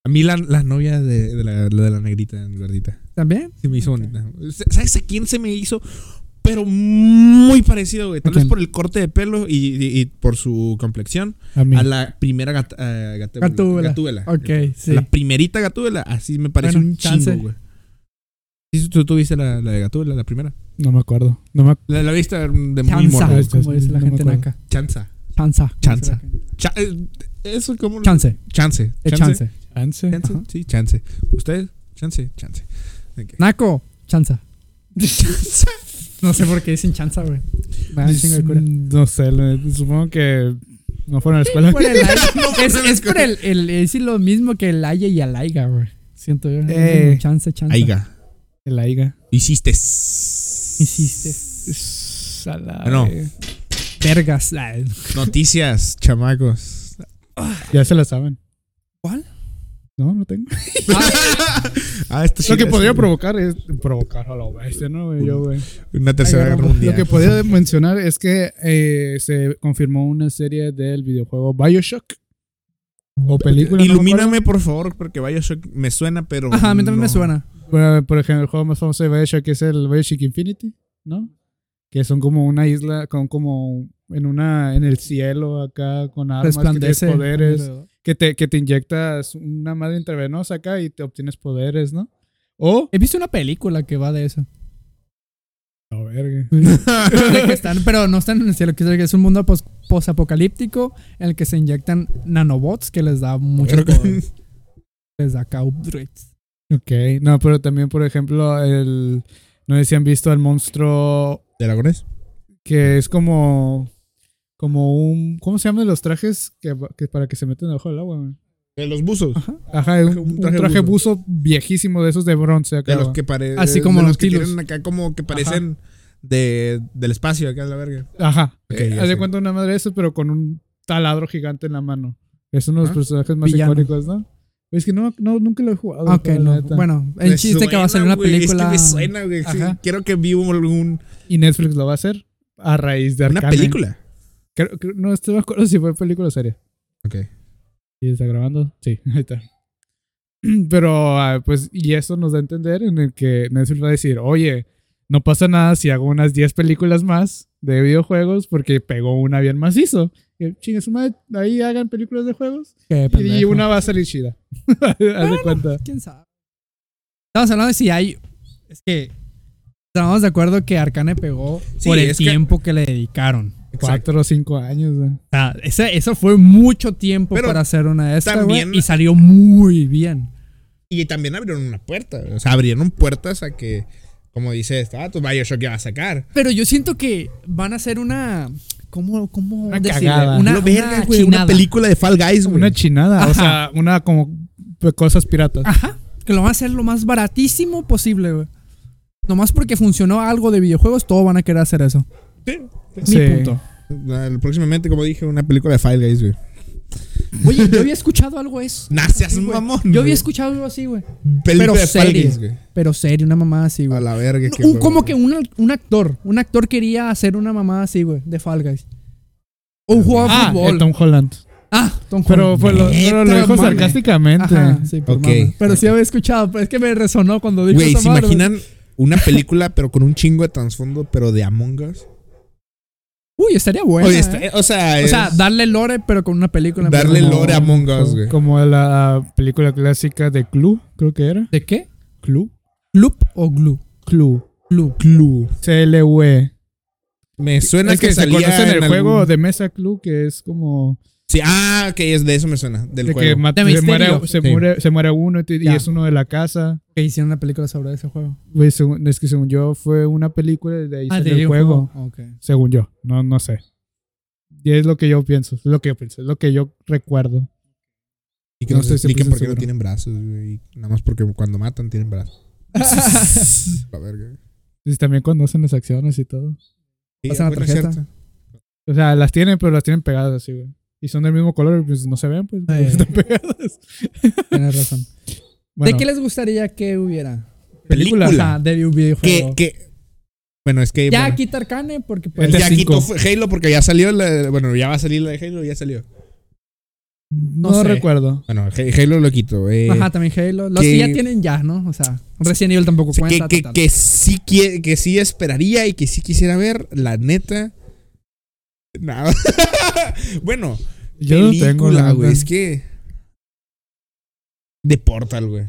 Speaker 3: A mí la, la novia de, de la, la de la negrita, gordita,
Speaker 2: ¿También?
Speaker 3: se me hizo
Speaker 2: Ok.
Speaker 3: bonita. ¿Sabes a quién se me hizo? Pero muy parecido, güey. Tal
Speaker 2: ¿A
Speaker 3: vez
Speaker 2: quién?
Speaker 3: por el corte de pelo y, y- y por su complexión.
Speaker 1: A mí.
Speaker 3: A la primera gat, eh, Gatúbela.
Speaker 2: Gatúbela.
Speaker 3: Gatúbela.
Speaker 2: Ok, sí.
Speaker 3: La primerita Gatúbela, así me parece
Speaker 2: Bueno,
Speaker 3: un chingo,
Speaker 2: chance.
Speaker 3: güey. Sí, ¿Tú tuviste la, la de Gatúbela, la primera?
Speaker 1: No me acuerdo. No me ac-
Speaker 3: La, la viste de muy
Speaker 2: Chanza,
Speaker 3: morro. güey.
Speaker 1: morbo.
Speaker 2: como dice la
Speaker 1: No me
Speaker 2: gente
Speaker 1: acuerdo.
Speaker 2: naca.
Speaker 3: Chanza.
Speaker 2: Chanza. como
Speaker 3: Chanza.
Speaker 2: dice la gente.
Speaker 3: Cha- eh, eso como...
Speaker 2: Chance.
Speaker 3: Chance.
Speaker 2: Es Eh, chance.
Speaker 1: Chance.
Speaker 3: Chance,
Speaker 2: Ajá.
Speaker 3: sí, chance. ¿Ustedes? Chance, chance. Ok.
Speaker 2: Naco. Chanza. No sé por qué dicen chanza, güey. Me da un chingo de cura.
Speaker 1: Ah, No sé, la neta, supongo que no fueron a la escuela.
Speaker 2: Por el aire.
Speaker 3: pues,
Speaker 2: es, es por el, el- Es lo mismo que el Aya y el Aiga, güey. Siento yo.
Speaker 1: Eh.
Speaker 2: Chance, chanza.
Speaker 3: Aiga.
Speaker 1: El AIGA.
Speaker 3: Hiciste.
Speaker 2: Hiciste.
Speaker 1: A la
Speaker 3: No.
Speaker 1: verga.
Speaker 2: Vergas. Ah, el-
Speaker 3: Noticias, chamacos.
Speaker 1: Ya se la saben.
Speaker 2: ¿Cuál?
Speaker 1: No, no tengo.
Speaker 3: Ah, esto sí
Speaker 1: Lo que
Speaker 3: es
Speaker 1: podría
Speaker 3: un-
Speaker 1: provocar es provocar a la bestia, ¿no? güey? Yo, güey.
Speaker 3: Una tercera
Speaker 2: Ay,
Speaker 3: guerra
Speaker 2: caramba.
Speaker 3: mundial.
Speaker 1: Lo que podría mencionar es que eh, se confirmó una serie del videojuego Bioshock. O película. no me
Speaker 3: Ilumíname, por favor, porque Bioshock me suena, pero.
Speaker 2: Ajá, a mí también me
Speaker 3: no.
Speaker 2: suena.
Speaker 1: Bueno, por ejemplo, el juego más famoso de Bioshock es el Bioshock Infinity, ¿no? Que son como una isla, con como en una, en el cielo acá, con armas, que tienes
Speaker 2: Resplandece.
Speaker 1: poderes, que te, que te inyectas una madre intravenosa acá y te obtienes poderes, ¿no? O,
Speaker 2: He visto una película que va de eso.
Speaker 1: no, verga.
Speaker 2: De que están- pero no están en el cielo, que es- que es un mundo pos- posapocalíptico en el que se inyectan nanobots que les da muchos
Speaker 3: Creo que-
Speaker 2: poderes. Les da cowdroids.
Speaker 1: Ok, no, pero también, por ejemplo, el, no sé si han visto al monstruo
Speaker 3: ¿De dragones?
Speaker 1: que es como, como un, ¿cómo se llaman los trajes que, que para que se meten debajo del agua? güey?
Speaker 3: De los buzos.
Speaker 1: Ajá, es un,
Speaker 3: Un
Speaker 1: un
Speaker 3: traje
Speaker 1: traje, buzo. viejísimo de esos de bronce acá.
Speaker 3: De los
Speaker 1: va.
Speaker 3: que parecen.
Speaker 2: Así como
Speaker 3: los
Speaker 2: los
Speaker 3: que
Speaker 2: tilos.
Speaker 3: tienen acá, como que parecen de, del espacio, acá, la verga.
Speaker 1: Ajá.
Speaker 3: Ok,
Speaker 1: Eh,
Speaker 3: ya
Speaker 1: haz de
Speaker 3: sé.
Speaker 1: cuenta una madre de eso, pero con un taladro gigante en la mano. Es uno de los
Speaker 3: Ah,
Speaker 1: personajes más
Speaker 2: villano.
Speaker 1: icónicos, ¿no? Es que no, no, nunca lo he jugado.
Speaker 2: Ok,
Speaker 1: la
Speaker 2: no.
Speaker 1: neta.
Speaker 2: Bueno,
Speaker 3: Me
Speaker 2: el chiste que va a salir
Speaker 3: Pues, suena,
Speaker 2: una
Speaker 3: güey,
Speaker 2: película.
Speaker 3: Es que me suena, güey. sí.
Speaker 2: Ajá.
Speaker 3: Quiero que vi un- un-
Speaker 1: Y Netflix lo va a hacer a raíz de
Speaker 3: una
Speaker 1: Arcane.
Speaker 3: película.
Speaker 1: Creo- creo- no estoy de acuerdo si fue película o serie.
Speaker 3: Ok.
Speaker 1: ¿Y está grabando? Sí, ahí está. Pero, ah, pues, y eso nos da a entender en el que Netflix va a decir, oye, no pasa nada si hago unas 10 películas más de videojuegos porque pegó una bien macizo. Y, Chingue su madre, ahí hagan películas de juegos
Speaker 2: Qué
Speaker 1: y, y
Speaker 2: pendejo.
Speaker 1: una va a salir chida. Haz de cuenta.
Speaker 2: ¿Quién sabe? Estamos hablando de si hay. Es que. Estamos de acuerdo que Arcane pegó
Speaker 3: Sí,
Speaker 2: por el
Speaker 3: es que-
Speaker 2: tiempo que... le dedicaron.
Speaker 3: Exacto.
Speaker 1: Cuatro o cinco años. güey.
Speaker 2: O sea, ese- eso fue mucho tiempo
Speaker 3: Pero
Speaker 2: para hacer una de estas, güey,
Speaker 3: también-
Speaker 2: Y salió muy bien.
Speaker 3: Y también abrieron una puerta. O sea, abrieron puertas a que, como dice esta, ah, tu Bioshock ya va a sacar.
Speaker 2: Pero yo siento que van a hacer una. ¿Cómo, cómo
Speaker 1: Una
Speaker 2: decirle?
Speaker 1: cagada.
Speaker 2: Una,
Speaker 3: Lo verga,
Speaker 2: una
Speaker 3: güey,
Speaker 2: chinada.
Speaker 3: una película de Fall Guys, güey.
Speaker 1: Una chinada, o sea, una como de cosas piratas.
Speaker 2: Ajá. Que lo van a hacer lo más baratísimo posible, güey. Nomás porque funcionó algo de videojuegos, todos van a querer hacer eso.
Speaker 3: Sí.
Speaker 1: Sí.
Speaker 2: Mi punto.
Speaker 3: Ah, Próximamente, como dije, una película de Fall Guys, güey.
Speaker 2: Oye, yo había escuchado algo eso.
Speaker 3: Nacias
Speaker 2: Sí,
Speaker 3: un
Speaker 2: güey.
Speaker 3: mamón.
Speaker 2: Yo
Speaker 3: güey.
Speaker 2: había escuchado algo así, güey.
Speaker 3: película
Speaker 2: Pero
Speaker 3: de Fall
Speaker 2: serie.
Speaker 3: Guys, güey.
Speaker 2: Pero serio, una mamada así,
Speaker 3: A
Speaker 2: güey.
Speaker 3: la verga. qué
Speaker 2: Un-
Speaker 3: huevo,
Speaker 2: como que
Speaker 3: güey.
Speaker 2: un, un actor. Un actor quería hacer una mamada así, güey, de Fall Guys. O un juego de
Speaker 1: Ah,
Speaker 2: fútbol.
Speaker 1: el Tom Holland.
Speaker 2: ah, Tom
Speaker 1: Pero,
Speaker 2: Holland.
Speaker 1: fue lo,
Speaker 3: Neta,
Speaker 1: pero lo dijo
Speaker 3: mame.
Speaker 1: sarcásticamente.
Speaker 2: Ajá, sí, por
Speaker 3: Ok.
Speaker 2: mame. Pero sí había escuchado, pero es que me resonó cuando dijo
Speaker 3: Güey,
Speaker 2: esa
Speaker 3: ¿se
Speaker 2: madre,
Speaker 3: imaginan una película, pero con un chingo de trasfondo, pero de Among Us?
Speaker 2: Uy, estaría bueno. eh.
Speaker 3: Oye, está- eh, o sea,
Speaker 2: O sea,
Speaker 3: es
Speaker 2: darle lore, pero con una película.
Speaker 3: darle
Speaker 2: Como-
Speaker 3: lore a Among Us, güey.
Speaker 1: Como la película clásica de Clue, creo que era.
Speaker 2: ¿De qué?
Speaker 1: Clue.
Speaker 2: ¿Loop o glue?
Speaker 1: Clue.
Speaker 2: Glue.
Speaker 1: Clue. CLUE.
Speaker 3: Me
Speaker 1: E.
Speaker 3: suena
Speaker 1: Es
Speaker 3: que,
Speaker 1: que se
Speaker 3: salía
Speaker 1: conoce en el
Speaker 3: algún-
Speaker 1: juego de mesa Clue, que es como.
Speaker 3: Sí, ah, ok, es de eso me suena, del
Speaker 1: de que
Speaker 3: juego.
Speaker 1: mata-
Speaker 2: De
Speaker 1: se, muere,
Speaker 2: misterio.
Speaker 1: se,
Speaker 3: Sí.
Speaker 1: muere, se muere uno y, te- y
Speaker 2: Ya.
Speaker 1: es uno de la casa.
Speaker 2: Que hicieron una película sobre ese juego.
Speaker 1: Güey, según- es que según yo fue una película y Ah, de ahí salió
Speaker 2: de
Speaker 1: el
Speaker 2: un
Speaker 1: juego.
Speaker 2: Ok.
Speaker 1: Según yo. No, no sé. Y es lo que yo pienso. Es lo que yo pienso. Es lo que yo recuerdo.
Speaker 3: Y que
Speaker 1: No
Speaker 3: nos
Speaker 1: estoy
Speaker 3: expliquen
Speaker 1: 100%
Speaker 3: por qué no
Speaker 1: seguro.
Speaker 3: tienen brazos, güey. Nada más porque cuando matan tienen brazos. La verga.
Speaker 1: Y también conocen las acciones y todo.
Speaker 3: Sí,
Speaker 2: Pasan la
Speaker 3: bueno, es
Speaker 2: tarjeta.
Speaker 3: cierto.
Speaker 1: O sea, las tienen, pero las tienen pegadas así, güey. Y son del mismo color, pues no se ven, pues.
Speaker 2: Eh.
Speaker 1: Están pegadas.
Speaker 2: Tienes razón.
Speaker 1: Bueno,
Speaker 2: ¿De qué les gustaría que hubiera?
Speaker 3: Película.
Speaker 2: Ajá, de un
Speaker 3: Que,
Speaker 2: videojuego.
Speaker 3: que- bueno, es que
Speaker 2: Ya
Speaker 3: bueno,
Speaker 2: quitar carne porque
Speaker 3: ya
Speaker 1: El
Speaker 2: pues...
Speaker 1: de-
Speaker 3: quitó
Speaker 1: cinco.
Speaker 3: Halo porque ya salió la, bueno, ya va a salir la de Halo, ya salió.
Speaker 1: no,
Speaker 2: no sé.
Speaker 1: recuerdo.
Speaker 3: Bueno, He- Halo lo quitó. eh.
Speaker 2: Ajá, también Halo. Los que,
Speaker 3: que-
Speaker 2: ya tienen ya, ¿no? O sea, Resident Evil tampoco
Speaker 3: O sea,
Speaker 2: cuenta. ta,
Speaker 3: que, que,
Speaker 2: ta,
Speaker 3: que sí quie- que sí esperaría y que sí quisiera ver, la neta. Nada. bueno,
Speaker 1: Yo no tengo
Speaker 3: película,
Speaker 1: la
Speaker 3: güey. Es que. De Portal, güey.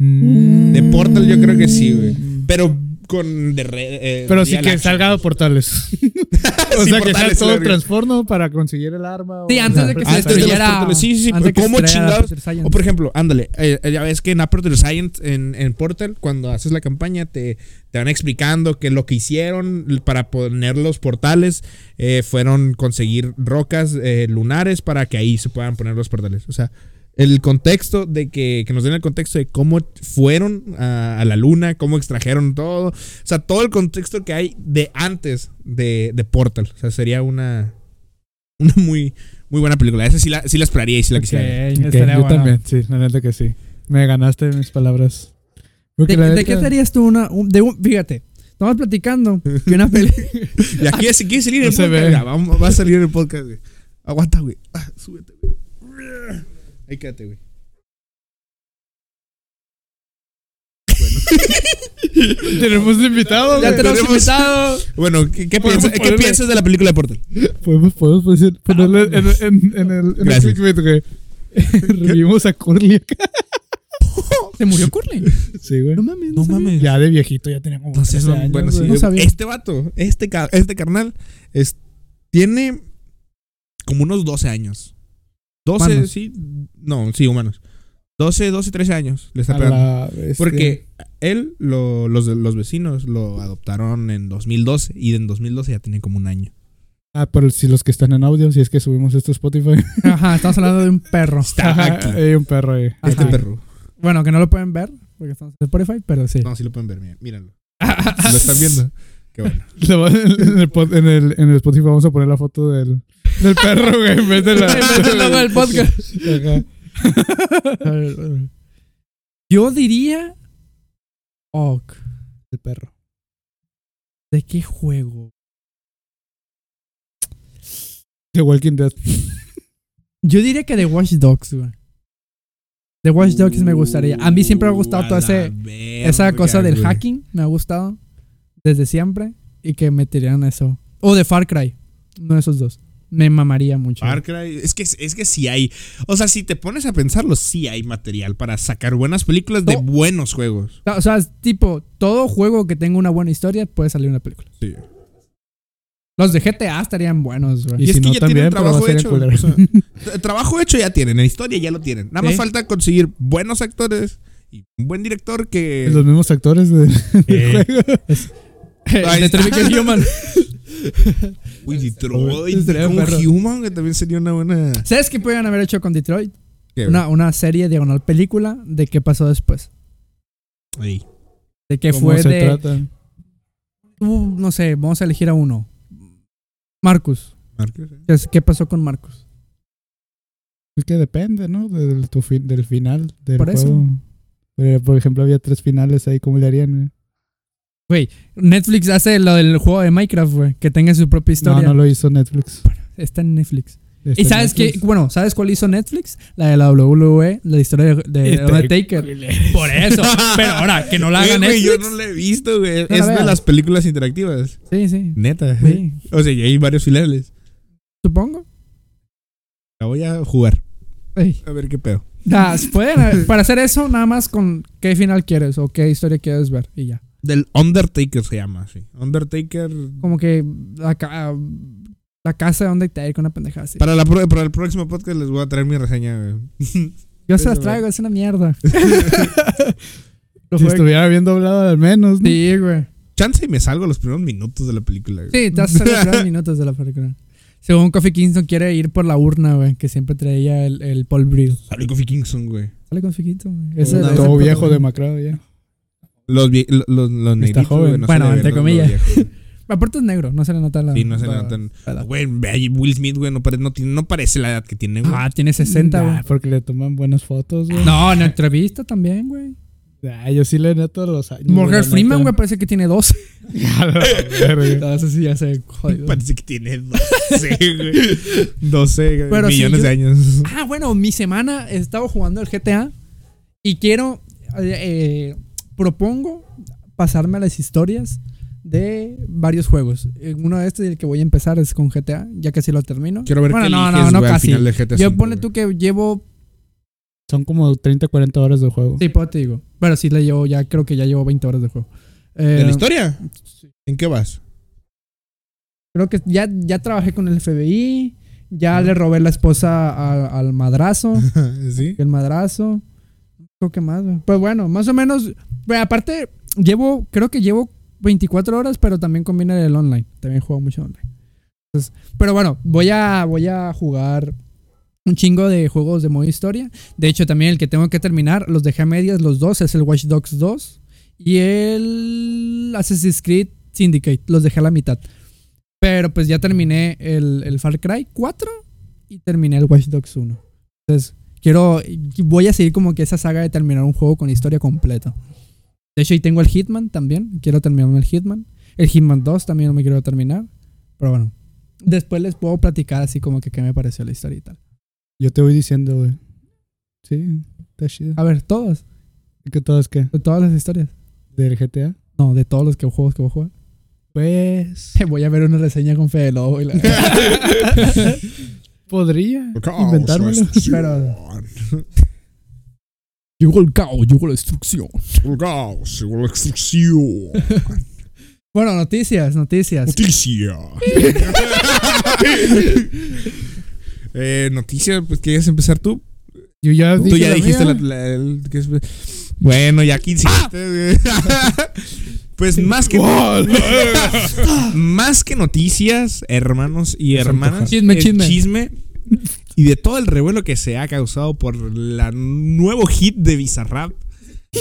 Speaker 1: Mm.
Speaker 3: De Portal yo creo que sí, güey.
Speaker 2: Mm.
Speaker 3: Pero con. de re- eh,
Speaker 1: Pero sí
Speaker 3: real
Speaker 1: que
Speaker 3: action.
Speaker 1: salga de portales. o
Speaker 3: Sí,
Speaker 1: sea, que sea
Speaker 3: portales,
Speaker 1: todo
Speaker 3: verga.
Speaker 1: trastorno para conseguir el arma. o- Ah,
Speaker 2: Sí, antes de que se
Speaker 3: Antes de los
Speaker 2: estrellara.
Speaker 3: portales. Sí, sí,
Speaker 2: antes de que
Speaker 3: ¿cómo
Speaker 2: se estrellara
Speaker 3: chingados?
Speaker 2: Peter Saiyan.
Speaker 3: O por ejemplo, ándale, eh, eh, ya ves que en Aperture Science, en, en Portal, cuando haces la campaña, te, te van explicando que lo que hicieron para poner los portales eh, fueron conseguir rocas eh, lunares para que ahí se puedan poner los portales. O sea, el contexto de que, que nos den el contexto de cómo fueron a, a la luna, cómo extrajeron todo. O sea, todo el contexto que hay de antes de, de Portal. O sea, sería una, una muy, muy buena película. Esa sí la, sí la esperaría y sí la
Speaker 1: Ok,
Speaker 3: quisiera ver.
Speaker 1: ok,
Speaker 2: estaría
Speaker 1: yo
Speaker 2: bueno.
Speaker 1: también, sí, la neta que sí. Me ganaste mis palabras. Porque
Speaker 2: ¿De,
Speaker 1: la
Speaker 2: de qué
Speaker 1: neta-
Speaker 2: serías tú una.? un- de un, fíjate, estamos platicando que una peli.
Speaker 3: Y aquí es, quiere salir en el
Speaker 1: No se
Speaker 3: podcast.
Speaker 1: ve.
Speaker 3: ya, vamos- va a salir en el podcast, güey. Aguanta, güey. Ah, súbete, güey. Ahí quédate, güey.
Speaker 1: Tenemos invitado,
Speaker 2: ya
Speaker 1: güey.
Speaker 2: tenemos
Speaker 3: tenemos-
Speaker 2: invitado.
Speaker 3: Bueno, ¿qué, qué,
Speaker 1: Podemos
Speaker 3: piensas, ¿qué
Speaker 1: ponerle-
Speaker 3: piensas de la película de Portal?
Speaker 1: Podemos, podemos decir- ponerle en, en- en el, en el
Speaker 3: Gracias.
Speaker 1: clickbait, güey. Revivimos a Curly acá.
Speaker 2: Se murió Curly.
Speaker 1: Sí, güey.
Speaker 2: No mames.
Speaker 3: No
Speaker 2: sabía.
Speaker 3: mames.
Speaker 1: Ya de viejito, ya tenía como.
Speaker 3: Entonces,
Speaker 1: 13 años,
Speaker 3: bueno,
Speaker 1: güey.
Speaker 3: sí.
Speaker 2: No sabía.
Speaker 3: este vato, este, ca- este carnal, es, tiene como unos 12 años. 12,
Speaker 2: Humanos.
Speaker 3: sí. No, sí, humanos. 12, 12, 13 años. Le está
Speaker 1: A
Speaker 3: pegando.
Speaker 1: la bestia.
Speaker 3: Porque él, lo- los, de- los vecinos, lo adoptaron en 2012. Y en 2012 ya tenía como un año.
Speaker 1: Ah, pero si los que están en audio, si es que subimos esto a Spotify.
Speaker 2: Ajá, estamos hablando de un perro.
Speaker 3: Está aquí.
Speaker 1: Hay un perro ahí.
Speaker 3: Este
Speaker 2: Ajá.
Speaker 3: perro.
Speaker 2: Bueno, que no lo pueden ver porque estamos en Spotify, pero sí.
Speaker 3: No, sí lo pueden ver, miren, mírenlo. ¿Lo están viendo? Qué bueno.
Speaker 1: Lo va- en, el, pod- en, el, en el Spotify vamos a poner la foto del, del perro, güey, en vez de la.
Speaker 2: Luego el podcast.
Speaker 1: Ajá.
Speaker 2: Yo diría. Ok.
Speaker 1: El perro.
Speaker 2: ¿De qué juego?
Speaker 1: The Walking Dead.
Speaker 2: Yo diría que de Watch Dogs, güey. De Watch Dogs me gustaría. A mí
Speaker 3: Uh,
Speaker 2: siempre me ha gustado toda ese, esa cosa del hacking. Me ha gustado desde siempre. Y que metieran eso. O de Far Cry. Uno de esos dos. Me mamaría mucho.
Speaker 3: Far Cry, es que, es que sí hay. O sea, si te pones a pensarlo, sí hay material para sacar buenas películas de
Speaker 2: No.
Speaker 3: buenos juegos.
Speaker 2: O sea, es tipo, todo juego que tenga una buena historia puede salir una película.
Speaker 3: Sí.
Speaker 2: Los de GTA estarían buenos, güey.
Speaker 1: Y,
Speaker 3: Y es
Speaker 1: si
Speaker 3: que
Speaker 1: no,
Speaker 3: ya
Speaker 1: también,
Speaker 3: tienen
Speaker 1: pero va a
Speaker 3: trabajo
Speaker 1: ser en
Speaker 3: hecho,
Speaker 1: culero.
Speaker 3: o sea. T- Trabajo hecho ya tienen, en historia ya lo tienen. Nada más
Speaker 2: Sí.
Speaker 3: falta conseguir buenos actores y un buen director que.
Speaker 1: Los mismos actores de- del
Speaker 3: Eh.
Speaker 1: juego.
Speaker 3: Ahí
Speaker 2: de
Speaker 3: está.
Speaker 2: Three Became Human.
Speaker 3: Uy, Detroit.
Speaker 2: Estaría
Speaker 3: Con
Speaker 2: perro.
Speaker 3: Human, que también sería una buena.
Speaker 2: ¿Sabes qué podrían haber hecho con Detroit?
Speaker 3: ¿Qué,
Speaker 2: Una, una serie diagonal película de qué pasó después.
Speaker 3: güey? Ahí.
Speaker 2: De qué
Speaker 1: ¿Cómo
Speaker 2: fue
Speaker 1: se
Speaker 2: de.
Speaker 1: trata?
Speaker 2: tú, no sé, vamos a elegir a uno. Marcus.
Speaker 3: Marcos, eh.
Speaker 2: ¿Qué es- ¿Qué pasó con Marcus?
Speaker 1: Es que depende, ¿no? Del, tu fin- del final del
Speaker 2: Por eso.
Speaker 1: juego. Eh, por ejemplo, había tres finales ahí, ¿cómo le harían? güey?
Speaker 2: Netflix hace lo del juego de Minecraft, güey. Que tenga su propia
Speaker 1: No,
Speaker 2: historia.
Speaker 1: no lo hizo Netflix. Este,
Speaker 2: Está en Netflix. ¿Y sabes qué? Bueno, ¿sabes cuál hizo Netflix? La de la WWE, la historia de, de
Speaker 1: Está
Speaker 2: Undertaker. Por eso. Pero ahora, que no la haga
Speaker 3: Güey, güey,
Speaker 2: Netflix.
Speaker 3: yo no la he visto, güey.
Speaker 2: la
Speaker 3: Es de
Speaker 2: veas.
Speaker 3: las películas interactivas.
Speaker 2: Sí, sí.
Speaker 3: Neta.
Speaker 2: Sí.
Speaker 3: O sea, y hay varios filiales.
Speaker 2: Supongo.
Speaker 3: La voy a jugar.
Speaker 2: Ey.
Speaker 3: A ver qué pedo.
Speaker 2: Nah, se pueden- eh, para hacer eso, nada más con qué final quieres o qué historia quieres ver y ya.
Speaker 3: Del Undertaker se llama, sí. Undertaker.
Speaker 2: Como que la, ca- ah, la casa de Undertaker, una pendejada así.
Speaker 3: Para, la pro- para el próximo podcast les voy a traer mi reseña, güey.
Speaker 2: Yo se las
Speaker 3: Eso, güey.
Speaker 2: traigo, es una mierda. Lo
Speaker 1: Si
Speaker 2: fue-
Speaker 1: estuviera bien doblado al menos, ¿no?
Speaker 2: Sí, güey.
Speaker 3: Chance y me salgo los primeros minutos de la película, güey.
Speaker 2: Sí, te hace los primeros minutos de la película. Según Coffee Kingston quiere ir por la urna, güey, que siempre traía el, el Paul Brill.
Speaker 3: Sale Kofi Kingston, güey.
Speaker 2: Sale Coffee Kingston, güey.
Speaker 1: Ese
Speaker 2: Ese-
Speaker 3: No,
Speaker 2: ese
Speaker 1: todo
Speaker 2: protagonista.
Speaker 1: viejo demacrado ya.
Speaker 3: Los, vie- lo- los, los negritos,
Speaker 1: joven.
Speaker 3: güey, no se
Speaker 2: Bueno,
Speaker 3: le ve
Speaker 2: entre
Speaker 3: los-
Speaker 2: comillas.
Speaker 3: los viejos, güey.
Speaker 2: Aparte es negro, no se le nota la.
Speaker 3: Sí, no se le
Speaker 2: la-
Speaker 3: notan.
Speaker 2: la-
Speaker 3: Güey, ve ahí Will Smith, güey, no, pare- no, tiene- no parece la edad que tiene, güey.
Speaker 2: Ah, tiene 60, güey.
Speaker 1: Nah, porque le toman buenas fotos, güey.
Speaker 2: No, en entrevista también, güey.
Speaker 1: Nah, yo sí le noto los años.
Speaker 2: Morgan
Speaker 1: la neta.
Speaker 2: Freeman, güey, parece que tiene 12.
Speaker 1: A la verga.
Speaker 2: No, eso sí ya se jodió.
Speaker 3: Parece que tiene 12, güey. 12
Speaker 2: Pero sí,
Speaker 3: millones
Speaker 2: yo-
Speaker 3: de años.
Speaker 2: Ah, bueno, mi semana estaba jugando el GTA y quiero. eh, eh, propongo pasarme a las historias de varios juegos. Eh, Uno de estos y el que voy a empezar es con GTA, ya casi lo termino.
Speaker 3: Quiero ver
Speaker 2: bueno,
Speaker 3: qué
Speaker 2: no,
Speaker 3: eliges,
Speaker 2: no, no,
Speaker 3: güey, al
Speaker 2: casi.
Speaker 3: final de GTA
Speaker 2: Yo
Speaker 3: V,
Speaker 2: pone
Speaker 3: güey.
Speaker 2: tú que llevo.
Speaker 1: Son como 30, 40 horas de juego.
Speaker 2: Sí, pues te digo. Bueno, sí, le llevo ya, creo que ya llevo 20 horas de juego.
Speaker 3: ¿De
Speaker 2: Eh,
Speaker 3: la historia? ¿En qué vas?
Speaker 2: Creo que ya, ya trabajé con el FBI.
Speaker 3: Ah.
Speaker 2: Ya le robé la esposa a- al madrazo.
Speaker 3: ¿Sí?
Speaker 2: El madrazo. Creo que más, güey. Pues bueno, más o menos. Bueno, aparte, llevo, creo que llevo 24 horas, pero también combina el online. También juego mucho online. Entonces, pero bueno, voy a, voy a jugar un chingo de juegos de modo historia. De hecho, también el que tengo que terminar, los dejé a medias, los dos, es el Watch Dogs 2 y el Assassin's Creed Syndicate. Los dejé a la mitad. Pero pues ya terminé el, el Far Cry 4 y terminé el Watch Dogs 1. Entonces, quiero. Voy a seguir como que esa saga de terminar un juego con historia completa. De hecho, ahí tengo el Hitman también. Quiero terminar el Hitman. El Hitman 2 también no me quiero terminar. Pero bueno. Después les puedo platicar así como que qué me pareció la historia y tal.
Speaker 1: Yo te voy diciendo, güey. Sí, está chido.
Speaker 2: A ver, todas.
Speaker 1: ¿Qué todas qué?
Speaker 2: De todas las historias.
Speaker 1: ¿Del GTA?
Speaker 2: No, de todos los que, juegos que voy a jugar.
Speaker 1: Pues.
Speaker 2: Voy a ver una reseña con Fede Lobo y la-
Speaker 1: Podría
Speaker 3: Inventármelo.
Speaker 1: inventármelo.
Speaker 2: Pero- Llegó el caos, llegó la destrucción.
Speaker 3: Caos, la extracción.
Speaker 2: Bueno, noticias, noticias.
Speaker 3: Noticia. eh, noticia, pues querías empezar tú.
Speaker 1: Yo ya
Speaker 3: Tú
Speaker 1: dije
Speaker 3: ya
Speaker 1: la
Speaker 3: dijiste la,
Speaker 1: mía.
Speaker 3: la- el- que es- Bueno, ya aquí
Speaker 2: ¡Ah!
Speaker 3: insiste, güey. pues más que más que noticias, hermanos y hermanas,
Speaker 2: Chisme,
Speaker 3: el
Speaker 2: chisme.
Speaker 3: chisme y de todo el revuelo que se ha causado por la nuevo hit de Bizarrap,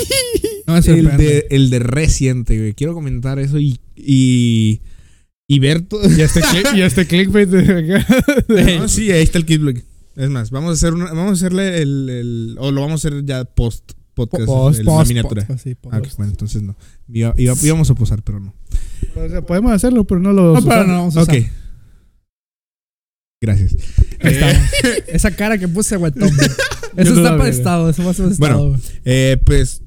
Speaker 2: No me
Speaker 3: el
Speaker 2: sorprende.
Speaker 3: de el de reciente, güey. Quiero comentar eso y y y ver todo.
Speaker 1: Y este, cli- y este clickbait de
Speaker 3: No, sí, ahí está el Kidblock. Es más, vamos a hacer una- vamos a hacerle el, el- o lo vamos a hacer ya post podcast
Speaker 1: Post,
Speaker 3: el- la
Speaker 2: Post,
Speaker 3: miniatura.
Speaker 2: post, sí, post.
Speaker 3: Ah, ok, bueno, entonces no. Iba- iba- íbamos a posar, pero no.
Speaker 1: O sea, podemos hacerlo, pero no lo
Speaker 2: No,
Speaker 1: vamos a
Speaker 2: pero
Speaker 1: usar.
Speaker 2: no vamos a
Speaker 3: Ok.
Speaker 2: usar.
Speaker 3: Gracias.
Speaker 2: Estamos.
Speaker 3: Eh.
Speaker 2: Esa cara que puse, güey. toma.
Speaker 1: Yo
Speaker 2: Eso
Speaker 1: no la
Speaker 2: está para
Speaker 1: veré.
Speaker 2: estado, eso va a ser estado. güey.
Speaker 3: Eh, pues,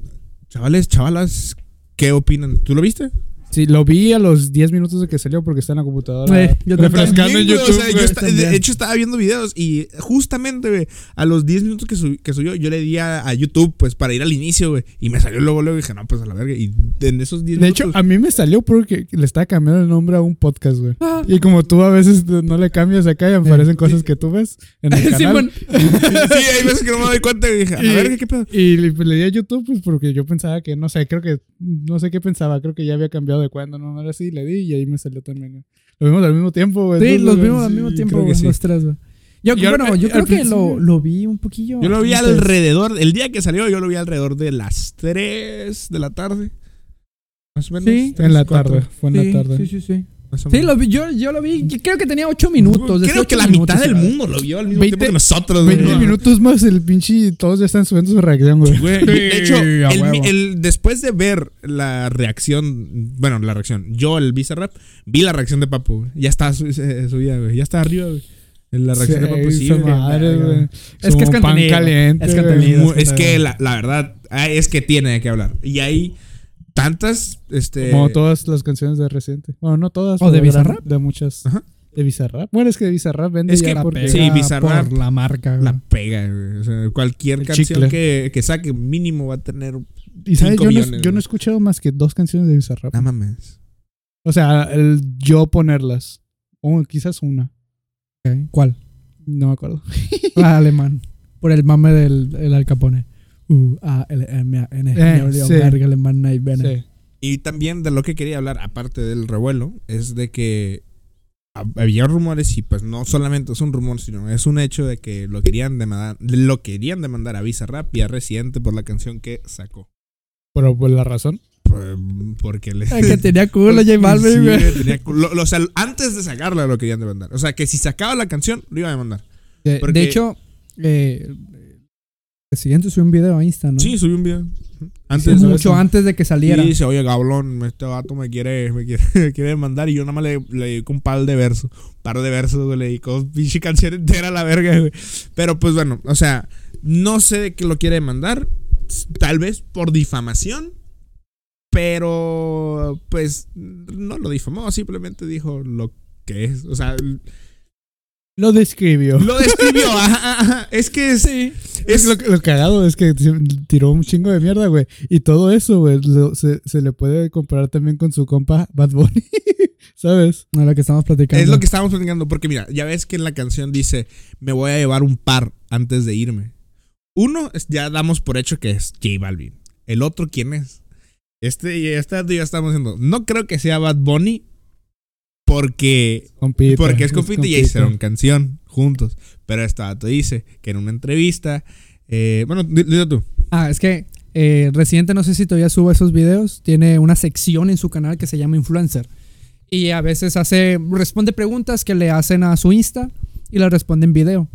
Speaker 3: chavales, chavalas, ¿qué opinan? ¿Tú lo viste?
Speaker 1: Sí, lo vi a los 10 minutos de que salió porque está en la computadora.
Speaker 2: Eh, yo también.
Speaker 1: refrescando en
Speaker 3: También, güey,
Speaker 1: YouTube.
Speaker 3: o sea, yo
Speaker 1: güey.
Speaker 3: esta-
Speaker 2: también.
Speaker 3: de hecho, estaba viendo videos y justamente, güey, a los 10 minutos que, sub- que subió, yo le di a, a YouTube, pues, para ir al inicio, güey. Y me salió luego, luego y dije, no, pues a la verga. Y en esos 10
Speaker 1: De hecho,
Speaker 3: minutos.
Speaker 1: a mí me salió porque le estaba cambiando el nombre a un podcast, güey. Y como tú a veces no le cambias acá y aparecen cosas que tú ves en el canal.
Speaker 2: Ah, Simón.
Speaker 3: pues, sí, hay veces que no me doy cuenta y dije, a la
Speaker 1: Y-
Speaker 3: verga, ¿qué pedo?
Speaker 1: Y le, pues, le di a YouTube, pues porque yo pensaba que, no sé, creo que, no sé qué pensaba, creo que ya había cambiado de cuándo, no, ahora sí, le di y ahí me salió también. güey. Lo vimos al mismo tiempo, güey.
Speaker 2: Sí,
Speaker 1: entonces,
Speaker 2: los
Speaker 1: güey,
Speaker 2: vimos al
Speaker 1: sí,
Speaker 2: mismo tiempo,
Speaker 3: creo que
Speaker 2: güey,
Speaker 3: sí.
Speaker 2: los tres, güey. Yo,
Speaker 1: Y ahora-
Speaker 2: bueno, yo
Speaker 1: al
Speaker 2: creo que
Speaker 1: principio-
Speaker 2: lo, lo vi un poquillo.
Speaker 3: Yo lo vi
Speaker 2: antes.
Speaker 3: alrededor, el día que salió, yo lo vi alrededor de las 3 de la tarde. Más o menos.
Speaker 2: Sí.
Speaker 1: En la
Speaker 3: tres, cuatro,
Speaker 1: tarde, fue en
Speaker 2: Sí,
Speaker 1: la tarde.
Speaker 2: Sí, sí, sí.
Speaker 3: más o
Speaker 2: Sí,
Speaker 3: menos.
Speaker 2: lo vi, yo, yo lo vi, yo creo que tenía ocho minutos.
Speaker 3: Creo
Speaker 2: 18
Speaker 3: que la
Speaker 2: minutos,
Speaker 3: mitad del
Speaker 2: ¿sabes?
Speaker 3: mundo lo vio al mismo
Speaker 1: 20
Speaker 3: tiempo que nosotros. güey.
Speaker 1: 20 minutos más el pinche, todos ya están subiendo su reacción, güey.
Speaker 3: Güey, de hecho,
Speaker 2: Sí, a
Speaker 3: el mi-
Speaker 2: huevo.
Speaker 3: el- después de ver la reacción, bueno, la eh, reacción, yo el Visa Rap, vi la reacción de Papu. güey. Ya está su- se- subida, güey. Ya está arriba, güey. La reacción
Speaker 1: Sí,
Speaker 3: de Papo
Speaker 1: esa
Speaker 3: sí, güey.
Speaker 1: madre,
Speaker 3: Verga.
Speaker 1: güey.
Speaker 2: Es que es
Speaker 1: Como pan
Speaker 2: contenido,
Speaker 1: caliente.
Speaker 2: es
Speaker 1: güey.
Speaker 2: contenido.
Speaker 3: Mu-
Speaker 2: es
Speaker 3: Es que
Speaker 2: contenido.
Speaker 3: la, la verdad ah, es que tiene que hablar. Y hay tantas. Este,
Speaker 1: Como todas las canciones de reciente. Bueno, no todas.
Speaker 2: O de
Speaker 1: pero gran-
Speaker 2: Bizarrap.
Speaker 1: De muchas.
Speaker 3: Ajá.
Speaker 1: De Bizarrap. Bueno, es que Bizarrap vende
Speaker 3: Es
Speaker 1: ya
Speaker 3: que
Speaker 1: porque-
Speaker 3: sí,
Speaker 2: Pega
Speaker 3: Bizarrap.
Speaker 2: Por la marca, güey.
Speaker 3: la pega, güey. O sea, cualquier
Speaker 1: El
Speaker 3: canción
Speaker 1: chicle.
Speaker 3: que, que saque, mínimo va a tener.
Speaker 1: Y sabes,
Speaker 3: cinco
Speaker 1: yo, no,
Speaker 3: millones,
Speaker 1: yo no
Speaker 3: güey.
Speaker 1: he escuchado más que dos canciones de Bizarrap.
Speaker 3: No mames.
Speaker 1: O sea, el yo ponerlas. O quizás una.
Speaker 2: Ok, ¿Cuál?
Speaker 1: No me acuerdo.
Speaker 2: La alemán. Por el mame del el Al Capone. U A L M A N.
Speaker 1: Eh,
Speaker 2: Ya valió
Speaker 1: sí.
Speaker 2: verga, alemán, ahí viene.
Speaker 1: Sí.
Speaker 3: Y también de lo que quería hablar, aparte del revuelo, es de que hab- había rumores y pues no solamente es un rumor, sino es un hecho de que lo querían demandar, lo querían demandar a Bizarrap y a Residente por la canción que sacó.
Speaker 1: Pero por la razón.
Speaker 3: Por- Porque le...
Speaker 2: El que tenía culo J
Speaker 3: Sí,
Speaker 2: Balvin, güey.
Speaker 3: güey, tenía cu- lo- lo- o sea, antes de sacarla lo querían demandar. O sea, que si sacaba la canción, lo iba a demandar.
Speaker 2: De,
Speaker 3: Porque-
Speaker 2: de hecho, eh, el siguiente subió un video a Insta, ¿no?
Speaker 3: Sí, subí un video. Antes
Speaker 2: Es
Speaker 3: de
Speaker 2: mucho antes de que
Speaker 3: Y
Speaker 2: saliera.
Speaker 3: dice, oye, cabrón, este vato me quiere, me quiere, me quiere demandar. Y yo nada más le, le dedico un par de versos. Un par de versos, güey. Le dedico pinche canción entera a la verga, güey. Pero pues bueno, o sea, no sé de qué lo quiere demandar. Tal vez por difamación. Pero, pues, no lo difamó. Simplemente dijo lo que es. O sea,
Speaker 1: Lo describió.
Speaker 3: lo describió. ajá, ajá, ajá. Es que es,
Speaker 1: Es lo, lo cagado es que se- tiró un chingo de mierda, güey. Y todo eso, güey, lo- se, se le puede comparar también con su compa Bad Bunny, ¿sabes?
Speaker 2: No, lo que estamos platicando.
Speaker 3: Es lo que estábamos platicando, porque mira, ya ves que en la canción dice, me voy a llevar un par antes de irme. Uno, es- ya damos por hecho que es J Balvin. El otro, ¿quién es? Este y este dato ya estamos diciendo, no creo que sea Bad Bunny, porque,
Speaker 1: Compita.
Speaker 3: porque es compite y ya
Speaker 1: compita.
Speaker 3: hicieron canción juntos. Pero este dato dice que en una entrevista, eh, bueno, di- dilo tú.
Speaker 2: Ah, es que eh, Residente, no sé si todavía sube esos videos, tiene una sección en su canal que se llama Influencer. Y a veces hace, responde preguntas que le hacen a su Insta y las responde en video.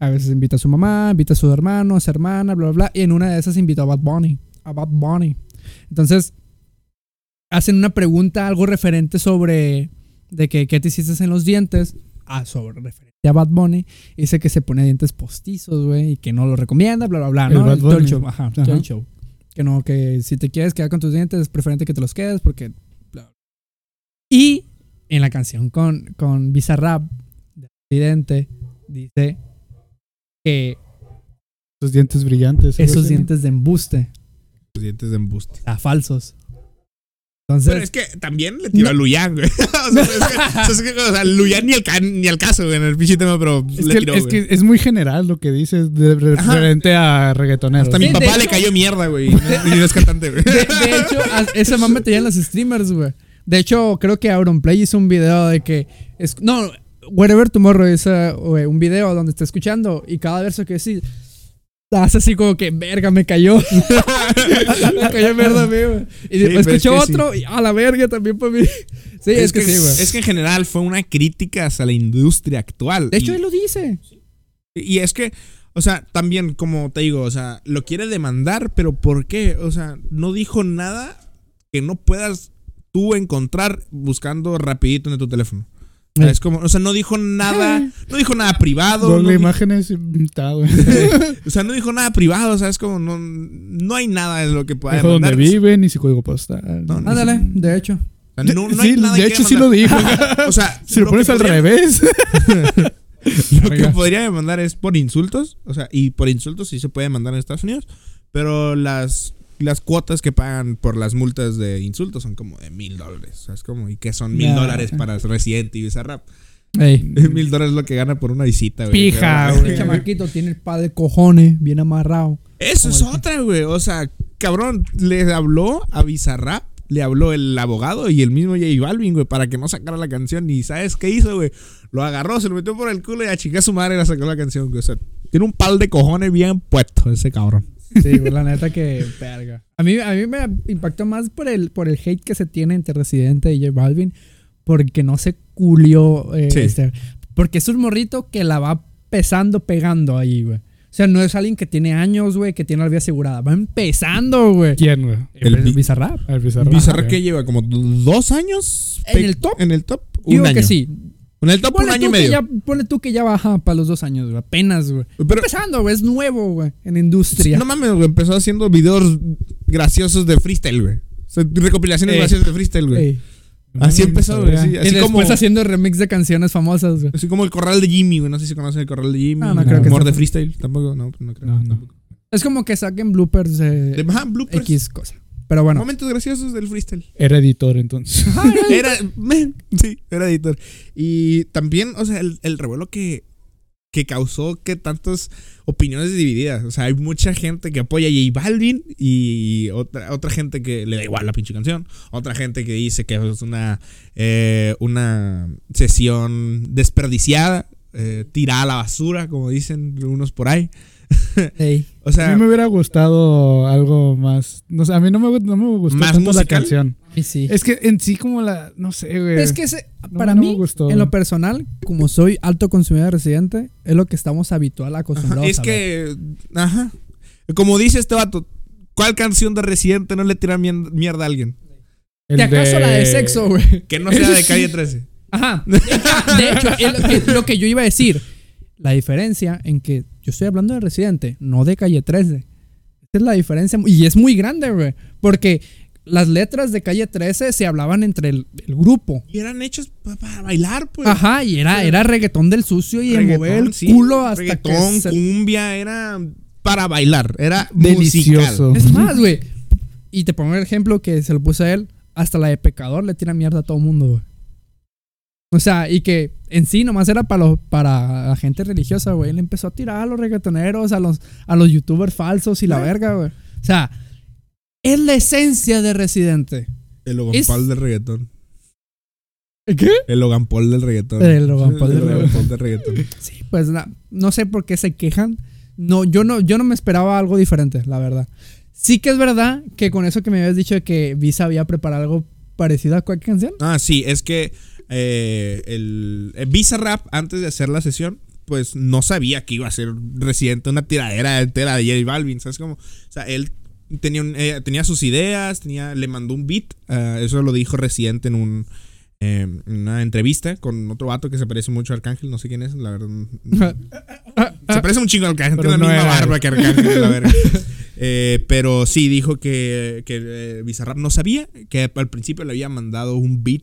Speaker 2: A veces invita a su mamá, invita a su hermano, a su hermana, bla, bla, bla. Y en una de esas invitó a Bad Bunny. A Bad Bunny. Entonces, hacen una pregunta, algo referente sobre de que qué te hiciste en los dientes. Ah, sobre referente a Bad Bunny. Dice que se pone dientes postizos, güey, y que no lo recomienda, bla, bla, bla.
Speaker 1: El
Speaker 2: ¿no?
Speaker 1: Bad
Speaker 2: Y todo el
Speaker 1: Bunny.
Speaker 2: show, ajá, todo el
Speaker 1: Ajá.
Speaker 2: show. Que no, que si te quieres quedar con tus dientes, es preferente que te los quedes porque... bla, bla. Y en la canción con, con Bizarrap, de Accidente, dice que
Speaker 1: Esos dientes brillantes. algo
Speaker 2: esos
Speaker 1: así, ¿no?
Speaker 2: dientes de embuste,
Speaker 3: Los dientes de embuste.
Speaker 2: a falsos.
Speaker 3: Pero
Speaker 2: Entonces,
Speaker 3: es que también le tiró a Luyan, güey. o sea, es que, es que, o sea, Luyan ni el, ca- ni el caso, güey, en el pinche tema, pero
Speaker 1: Es
Speaker 3: le
Speaker 1: que,
Speaker 3: tiró,
Speaker 1: es
Speaker 3: güey.
Speaker 1: que es muy general lo que dices de re-
Speaker 3: Ajá.
Speaker 1: referente a reggaetoneros.
Speaker 3: Hasta a mi
Speaker 2: Sí, de
Speaker 3: papá
Speaker 2: hecho-
Speaker 3: le cayó mierda, güey. Y no- y no es cantante, güey.
Speaker 2: de, de hecho, a- esa mame te llegan los streamers, güey. De hecho, creo que Auronplay hizo un video de que. es- no, Wherever Tomorrow hizo güey, un video donde está escuchando y cada verso que decís. Hace así como que, verga, me cayó. me cayó mierda a mí, güey. Y
Speaker 3: Sí,
Speaker 2: después
Speaker 3: pero es
Speaker 2: escuchó
Speaker 3: que sí.
Speaker 2: otro y a la verga también para mí. Sí, es, que, sí, güey.
Speaker 3: es que en general fue una crítica hacia la industria actual.
Speaker 2: De hecho,
Speaker 3: y,
Speaker 2: él lo dice.
Speaker 3: y es que, o sea, también, como te digo, o sea, lo quiere demandar, pero ¿por qué? O sea, no dijo nada que no puedas tú encontrar buscando rapidito en tu teléfono. O sea,
Speaker 2: Eh.
Speaker 3: Es como, o sea, no dijo nada, no dijo nada privado. no
Speaker 1: Google
Speaker 3: dijo-
Speaker 1: Imágenes está, güey.
Speaker 3: o sea, no dijo nada privado, o sea, es como, no, no hay nada de lo que pueda
Speaker 1: Dijo dónde
Speaker 3: demandar.
Speaker 1: viven y su código postal.
Speaker 3: No, no.
Speaker 2: Ándale, de hecho.
Speaker 3: O sea, no- no hay
Speaker 1: sí,
Speaker 3: nada
Speaker 1: de
Speaker 3: que
Speaker 1: hecho sí lo
Speaker 3: demandar.
Speaker 1: dijo.
Speaker 3: O sea,
Speaker 1: si lo,
Speaker 3: que
Speaker 1: pones al
Speaker 3: podría-
Speaker 1: revés.
Speaker 3: Lo que
Speaker 1: Verga.
Speaker 3: podría demandar es por insultos. O sea, y por insultos sí se puede demandar en Estados Unidos. Pero las, las cuotas que pagan por las multas de insultos son como de mil dólares. O sea, es como, ¿y qué son mil
Speaker 2: Ya.
Speaker 3: dólares para Residente y Bizarrap?
Speaker 2: Ey.
Speaker 3: Mil dólares es lo que gana por una visita, Ah, güey.
Speaker 1: Pija,
Speaker 3: Creo,
Speaker 2: El Este chamaquito tiene el padre cojones, bien amarrado.
Speaker 3: Eso es otra, güey. O sea, cabrón, le habló a Bizarrap, le habló el abogado y el mismo J Balvin, güey, para que no sacara la canción. ¿Y sabes qué hizo, güey? Lo agarró, se lo metió por el culo y a chingar a su madre la sacó la canción, güey. O sea, tiene un pal de cojones bien puesto ese cabrón.
Speaker 2: Sí, güey, la neta que verga. A mí, a mí me impactó más por el, por el hate que se tiene entre Residente y J Balvin. Porque no se culió. eh,
Speaker 3: Sí.
Speaker 2: este, porque es un morrito que la va pesando, pegando ahí, güey. O sea, no es alguien que tiene años, güey, que tiene la vida asegurada. Va empezando, güey.
Speaker 1: ¿Quién, güey?
Speaker 3: El
Speaker 2: Pues,
Speaker 3: Bi-
Speaker 2: Bizarrap.
Speaker 1: El
Speaker 3: Bizarrap que lleva como dos años
Speaker 2: En
Speaker 3: pe-
Speaker 2: el top.
Speaker 3: En el top.
Speaker 2: Digo
Speaker 3: un
Speaker 2: que
Speaker 3: año.
Speaker 2: sí.
Speaker 3: En el top un
Speaker 2: Ponle
Speaker 3: año y
Speaker 2: tú, que
Speaker 3: medio.
Speaker 2: ya, ponle tú que ya baja para los dos años, güey. Apenas, güey.
Speaker 3: Pero-
Speaker 2: Empezando, güey. Es nuevo, güey. En industria.
Speaker 3: No mames, güey. Empezó haciendo videos graciosos de freestyle, güey. O sea, recopilaciones
Speaker 2: Eh.
Speaker 1: Ey.
Speaker 3: graciosas de freestyle, güey.
Speaker 2: Ey.
Speaker 3: Así empezó, güey. Así,
Speaker 2: Y
Speaker 3: así
Speaker 2: después
Speaker 3: como,
Speaker 2: haciendo remix de canciones famosas, güey.
Speaker 3: así como el corral de Jimmy, güey. No sé si conocen el corral de Jimmy.
Speaker 2: No, no creo que
Speaker 3: Humor
Speaker 2: sea-
Speaker 3: de freestyle. Tampoco, no, pues no creo.
Speaker 1: No, no.
Speaker 3: tampoco.
Speaker 2: Es como que saquen bloopers
Speaker 3: De
Speaker 2: de
Speaker 3: ajá, bloopers.
Speaker 2: X cosa. Pero bueno.
Speaker 3: Momentos graciosos del freestyle.
Speaker 1: Era editor entonces.
Speaker 3: Era, men, sí, era editor. Y también, o sea, el, el revuelo que, que causó que tantas opiniones divididas. O sea, hay mucha gente que apoya a J Balvin y otra, otra gente que le da igual la pinche canción. Otra gente que dice que es una, eh, una sesión desperdiciada, eh, tirada a la basura, como dicen unos por ahí.
Speaker 2: Ey.
Speaker 3: O
Speaker 1: a
Speaker 3: sea,
Speaker 1: mí me hubiera gustado algo más. No sé, a mí no me, no me gustó
Speaker 3: ¿Más
Speaker 1: tanto la
Speaker 3: musical?
Speaker 1: canción.
Speaker 2: Y sí.
Speaker 1: Es que en sí, como la. No sé, güey.
Speaker 2: Es que ese-
Speaker 1: No,
Speaker 2: para
Speaker 1: no me
Speaker 2: mí,
Speaker 1: gustó.
Speaker 2: en lo personal, como soy alto consumidor de residente, es lo que estamos habitual acostumbrados
Speaker 3: es
Speaker 2: a ver.
Speaker 3: que, ajá. Como dice este vato, ¿cuál canción de Residente no le tira mier- mierda a alguien?
Speaker 1: El
Speaker 2: ¿Te acaso la de sexo, güey?
Speaker 3: Que no sea de calle 13.
Speaker 2: Ajá. De hecho, es lo que, lo que yo iba a decir. La diferencia en que yo estoy hablando de residente, no de calle 13. Esa es la diferencia. Y es muy grande, güey. Porque las letras de calle 13 se hablaban entre el, el grupo.
Speaker 3: Y eran hechos pa- para bailar, pues.
Speaker 2: Ajá, y era, era reggaetón del sucio y de
Speaker 3: Reggaetón,
Speaker 2: mover el
Speaker 3: sí.
Speaker 2: culo hasta
Speaker 3: Reggaetón,
Speaker 2: que se-
Speaker 3: cumbia, era para bailar. Era
Speaker 1: Delicioso.
Speaker 3: musical.
Speaker 2: Es más, güey. Y te pongo el ejemplo que se lo puse a él. Hasta la de pecador le tira mierda a todo mundo, güey. O sea, y que en sí nomás era para, los, para la gente religiosa, güey. Le empezó a tirar a los reggaetoneros, a los, a los youtubers falsos y la verga, güey. O sea, es la esencia de Residente.
Speaker 3: El
Speaker 2: Es-
Speaker 3: Paul del reggaetón.
Speaker 2: ¿Qué?
Speaker 3: El Logan Paul del reggaetón.
Speaker 2: El Logan Paul del
Speaker 3: El
Speaker 2: reggaetón.
Speaker 3: del reggaetón.
Speaker 2: Sí, pues na- no sé por qué se quejan. No, yo no, yo no me esperaba algo diferente, la verdad. Sí que es verdad que con eso que me habías dicho de que Visa había preparado algo parecido a cualquier canción.
Speaker 3: Ah, sí, es que eh, el, el Bizarrap, antes de hacer la sesión, pues no sabía que iba a ser residente una tiradera entera de Jerry Balvin, ¿sabes cómo? O sea, él tenía, un- eh, tenía sus ideas, tenía, le mandó un beat, ah, eso lo dijo residente en un... eh, en una entrevista con otro vato que se parece mucho a Arcángel, no sé quién es, la verdad. Se parece un chingo a Arcángel,
Speaker 1: Pero
Speaker 3: tiene
Speaker 1: no
Speaker 3: la misma
Speaker 1: era
Speaker 3: barba
Speaker 1: él.
Speaker 3: que Arcángel, la verga. Eh, pero sí, dijo que, que eh, Bizarrap no sabía que al principio le había mandado un beat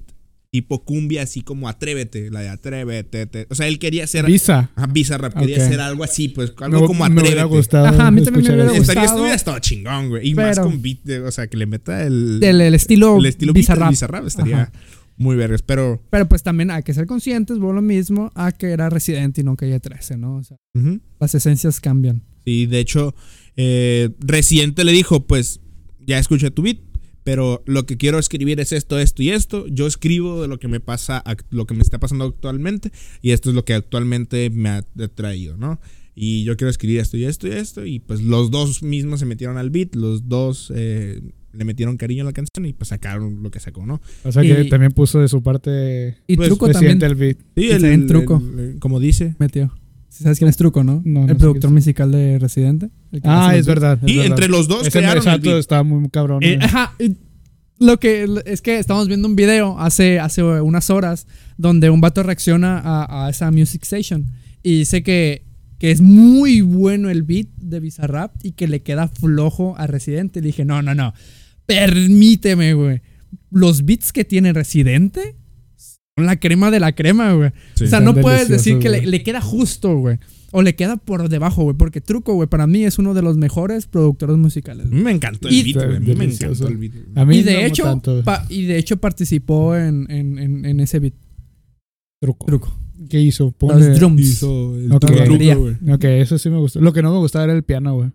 Speaker 3: tipo cumbia, así como atrévete, la de atrévete. te- O sea, él quería hacer.
Speaker 1: Visa.
Speaker 3: Ajá, Bizarrap quería
Speaker 1: Ok.
Speaker 3: hacer algo así, pues algo
Speaker 1: me,
Speaker 3: como
Speaker 1: me hubiera
Speaker 3: atrévete.
Speaker 1: gustado.
Speaker 2: Ajá, a mí también me
Speaker 1: escuchar
Speaker 2: hubiera
Speaker 1: eso.
Speaker 2: gustado.
Speaker 3: Estaría, esto hubiera estado chingón, güey. Y más
Speaker 2: Pero-
Speaker 3: con beat, de- o sea, que le meta el,
Speaker 2: Del el estilo,
Speaker 3: el estilo beat del
Speaker 2: Bizarrap.
Speaker 3: Bizarrap estaría
Speaker 2: Ajá.
Speaker 3: muy vergas. Pero.
Speaker 2: Pero pues también hay que ser conscientes, vos lo mismo, a que era Residente y no Calle 13, ¿no? O sea,
Speaker 3: ujú.
Speaker 2: las esencias cambian.
Speaker 3: Y de hecho, eh, Residente le dijo, pues, ya escuché tu beat, pero lo que quiero escribir es esto, esto y esto. Yo escribo de lo que me pasa, act- lo que me está pasando actualmente, y esto es lo que actualmente me ha traído, ¿no? Y yo quiero escribir esto y esto y esto, y pues los dos mismos se metieron al beat, los dos eh, le metieron cariño a la canción y pues sacaron lo que sacó, ¿no?
Speaker 1: O sea que
Speaker 2: Y-
Speaker 1: también puso de su parte.
Speaker 2: Y
Speaker 3: Pues,
Speaker 2: Truco también
Speaker 1: Presidente el beat.
Speaker 3: Sí,
Speaker 2: Y también Truco.
Speaker 3: el- como dice.
Speaker 2: metió. Si sabes quién es Truco, ¿no?
Speaker 1: No, no sé
Speaker 2: el productor
Speaker 1: quién
Speaker 2: musical de Residente. el que
Speaker 1: Ah, es
Speaker 2: hace los beats.
Speaker 1: verdad. es
Speaker 3: Y
Speaker 1: verdad.
Speaker 3: entre los dos
Speaker 1: Ese
Speaker 3: crearon el
Speaker 1: exacto,
Speaker 3: beat.
Speaker 1: estaba muy cabrón.
Speaker 2: Eh,
Speaker 1: güey.
Speaker 2: ajá. y Lo que es que estamos viendo un video hace, hace unas horas donde un vato reacciona a, a esa Music Station y dice que, que es muy bueno el beat de Bizarrap y que le queda flojo a Residente. Le dije, no, no, no. Permíteme, güey. Los beats que tiene Residente son la crema de la crema, güey.
Speaker 3: Sí.
Speaker 2: o sea,
Speaker 1: Están
Speaker 2: no puedes decir
Speaker 1: deliciosos,
Speaker 2: que le,
Speaker 1: güey.
Speaker 2: le queda justo, güey. O le queda por debajo, güey. Porque Truco, güey, para mí es uno de los mejores productores musicales.
Speaker 3: A mí Me encantó el
Speaker 2: Y-
Speaker 3: beat, güey. A mí Me
Speaker 1: Delicioso.
Speaker 3: encantó el beat. güey.
Speaker 1: A mí
Speaker 2: Y de,
Speaker 1: no
Speaker 2: hecho,
Speaker 1: tanto, güey.
Speaker 2: pa- y de hecho participó en, en, en, en ese beat.
Speaker 1: truco.
Speaker 2: Truco.
Speaker 1: ¿Qué hizo?
Speaker 2: Los
Speaker 1: Ponle-
Speaker 2: drums.
Speaker 3: Hizo el
Speaker 1: Ok.
Speaker 3: truco,
Speaker 2: Batería.
Speaker 3: güey.
Speaker 1: Ok, eso sí me gustó. Lo que no me gustaba era el piano, güey.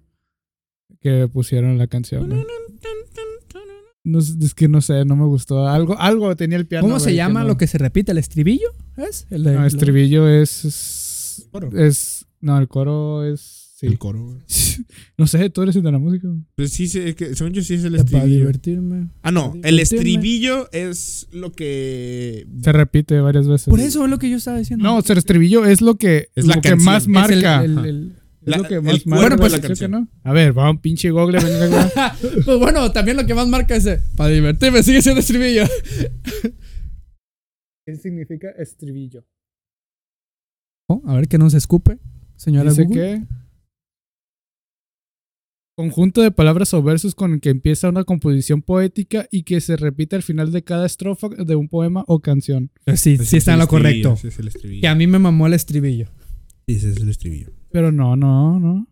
Speaker 1: Que pusieron en la canción. güey. No, sé, es que no sé, no me gustó. Algo, algo tenía el piano.
Speaker 2: ¿Cómo se
Speaker 1: güey,
Speaker 2: llama
Speaker 1: no-
Speaker 2: lo que se repite? ¿El estribillo? ¿Es? El de-
Speaker 1: No,
Speaker 2: la-
Speaker 1: estribillo es. Es.
Speaker 3: Coro.
Speaker 1: es- no, el coro es. Sí.
Speaker 3: El coro, güey.
Speaker 1: No sé, tú eres el de la música. güey.
Speaker 3: Pues sí, sí, es que, según yo sí es el
Speaker 2: la- Para
Speaker 3: estribillo.
Speaker 2: divertirme.
Speaker 3: Ah, no,
Speaker 2: para
Speaker 3: el
Speaker 2: divertirme.
Speaker 3: estribillo es lo que...
Speaker 1: Se repite varias veces.
Speaker 2: Por eso es lo que yo estaba diciendo.
Speaker 1: No, o sea, el estribillo es lo que,
Speaker 3: Es la
Speaker 1: lo que
Speaker 3: canción.
Speaker 1: más
Speaker 3: Es el-
Speaker 2: Es el-
Speaker 1: marca.
Speaker 2: el-
Speaker 3: Ajá.
Speaker 2: el-
Speaker 1: Es lo
Speaker 3: La-
Speaker 1: que
Speaker 3: el
Speaker 1: más
Speaker 3: cuerpo
Speaker 1: marca.
Speaker 3: de
Speaker 2: pues,
Speaker 3: la
Speaker 1: ¿sí o
Speaker 3: canción.
Speaker 1: que no? A ver, va un pinche google. venga, güey.
Speaker 2: Pues bueno, también lo que más marca es. eh, Para divertirme, sigue siendo estribillo.
Speaker 1: ¿Qué significa estribillo?
Speaker 2: Oh, a ver que nos escupe, señora
Speaker 1: Dice
Speaker 2: Google.
Speaker 1: que. Conjunto de palabras o versos con el que empieza una composición poética y que se repite al final de cada estrofa de un poema o canción.
Speaker 2: Eh, Sí, sí,
Speaker 3: Ese
Speaker 2: está en
Speaker 3: es el
Speaker 2: lo
Speaker 3: estribillo,
Speaker 2: correcto.
Speaker 3: ese es el estribillo.
Speaker 2: Que a mí me mamó el estribillo.
Speaker 3: Ese es el estribillo.
Speaker 1: Pero no, no, no.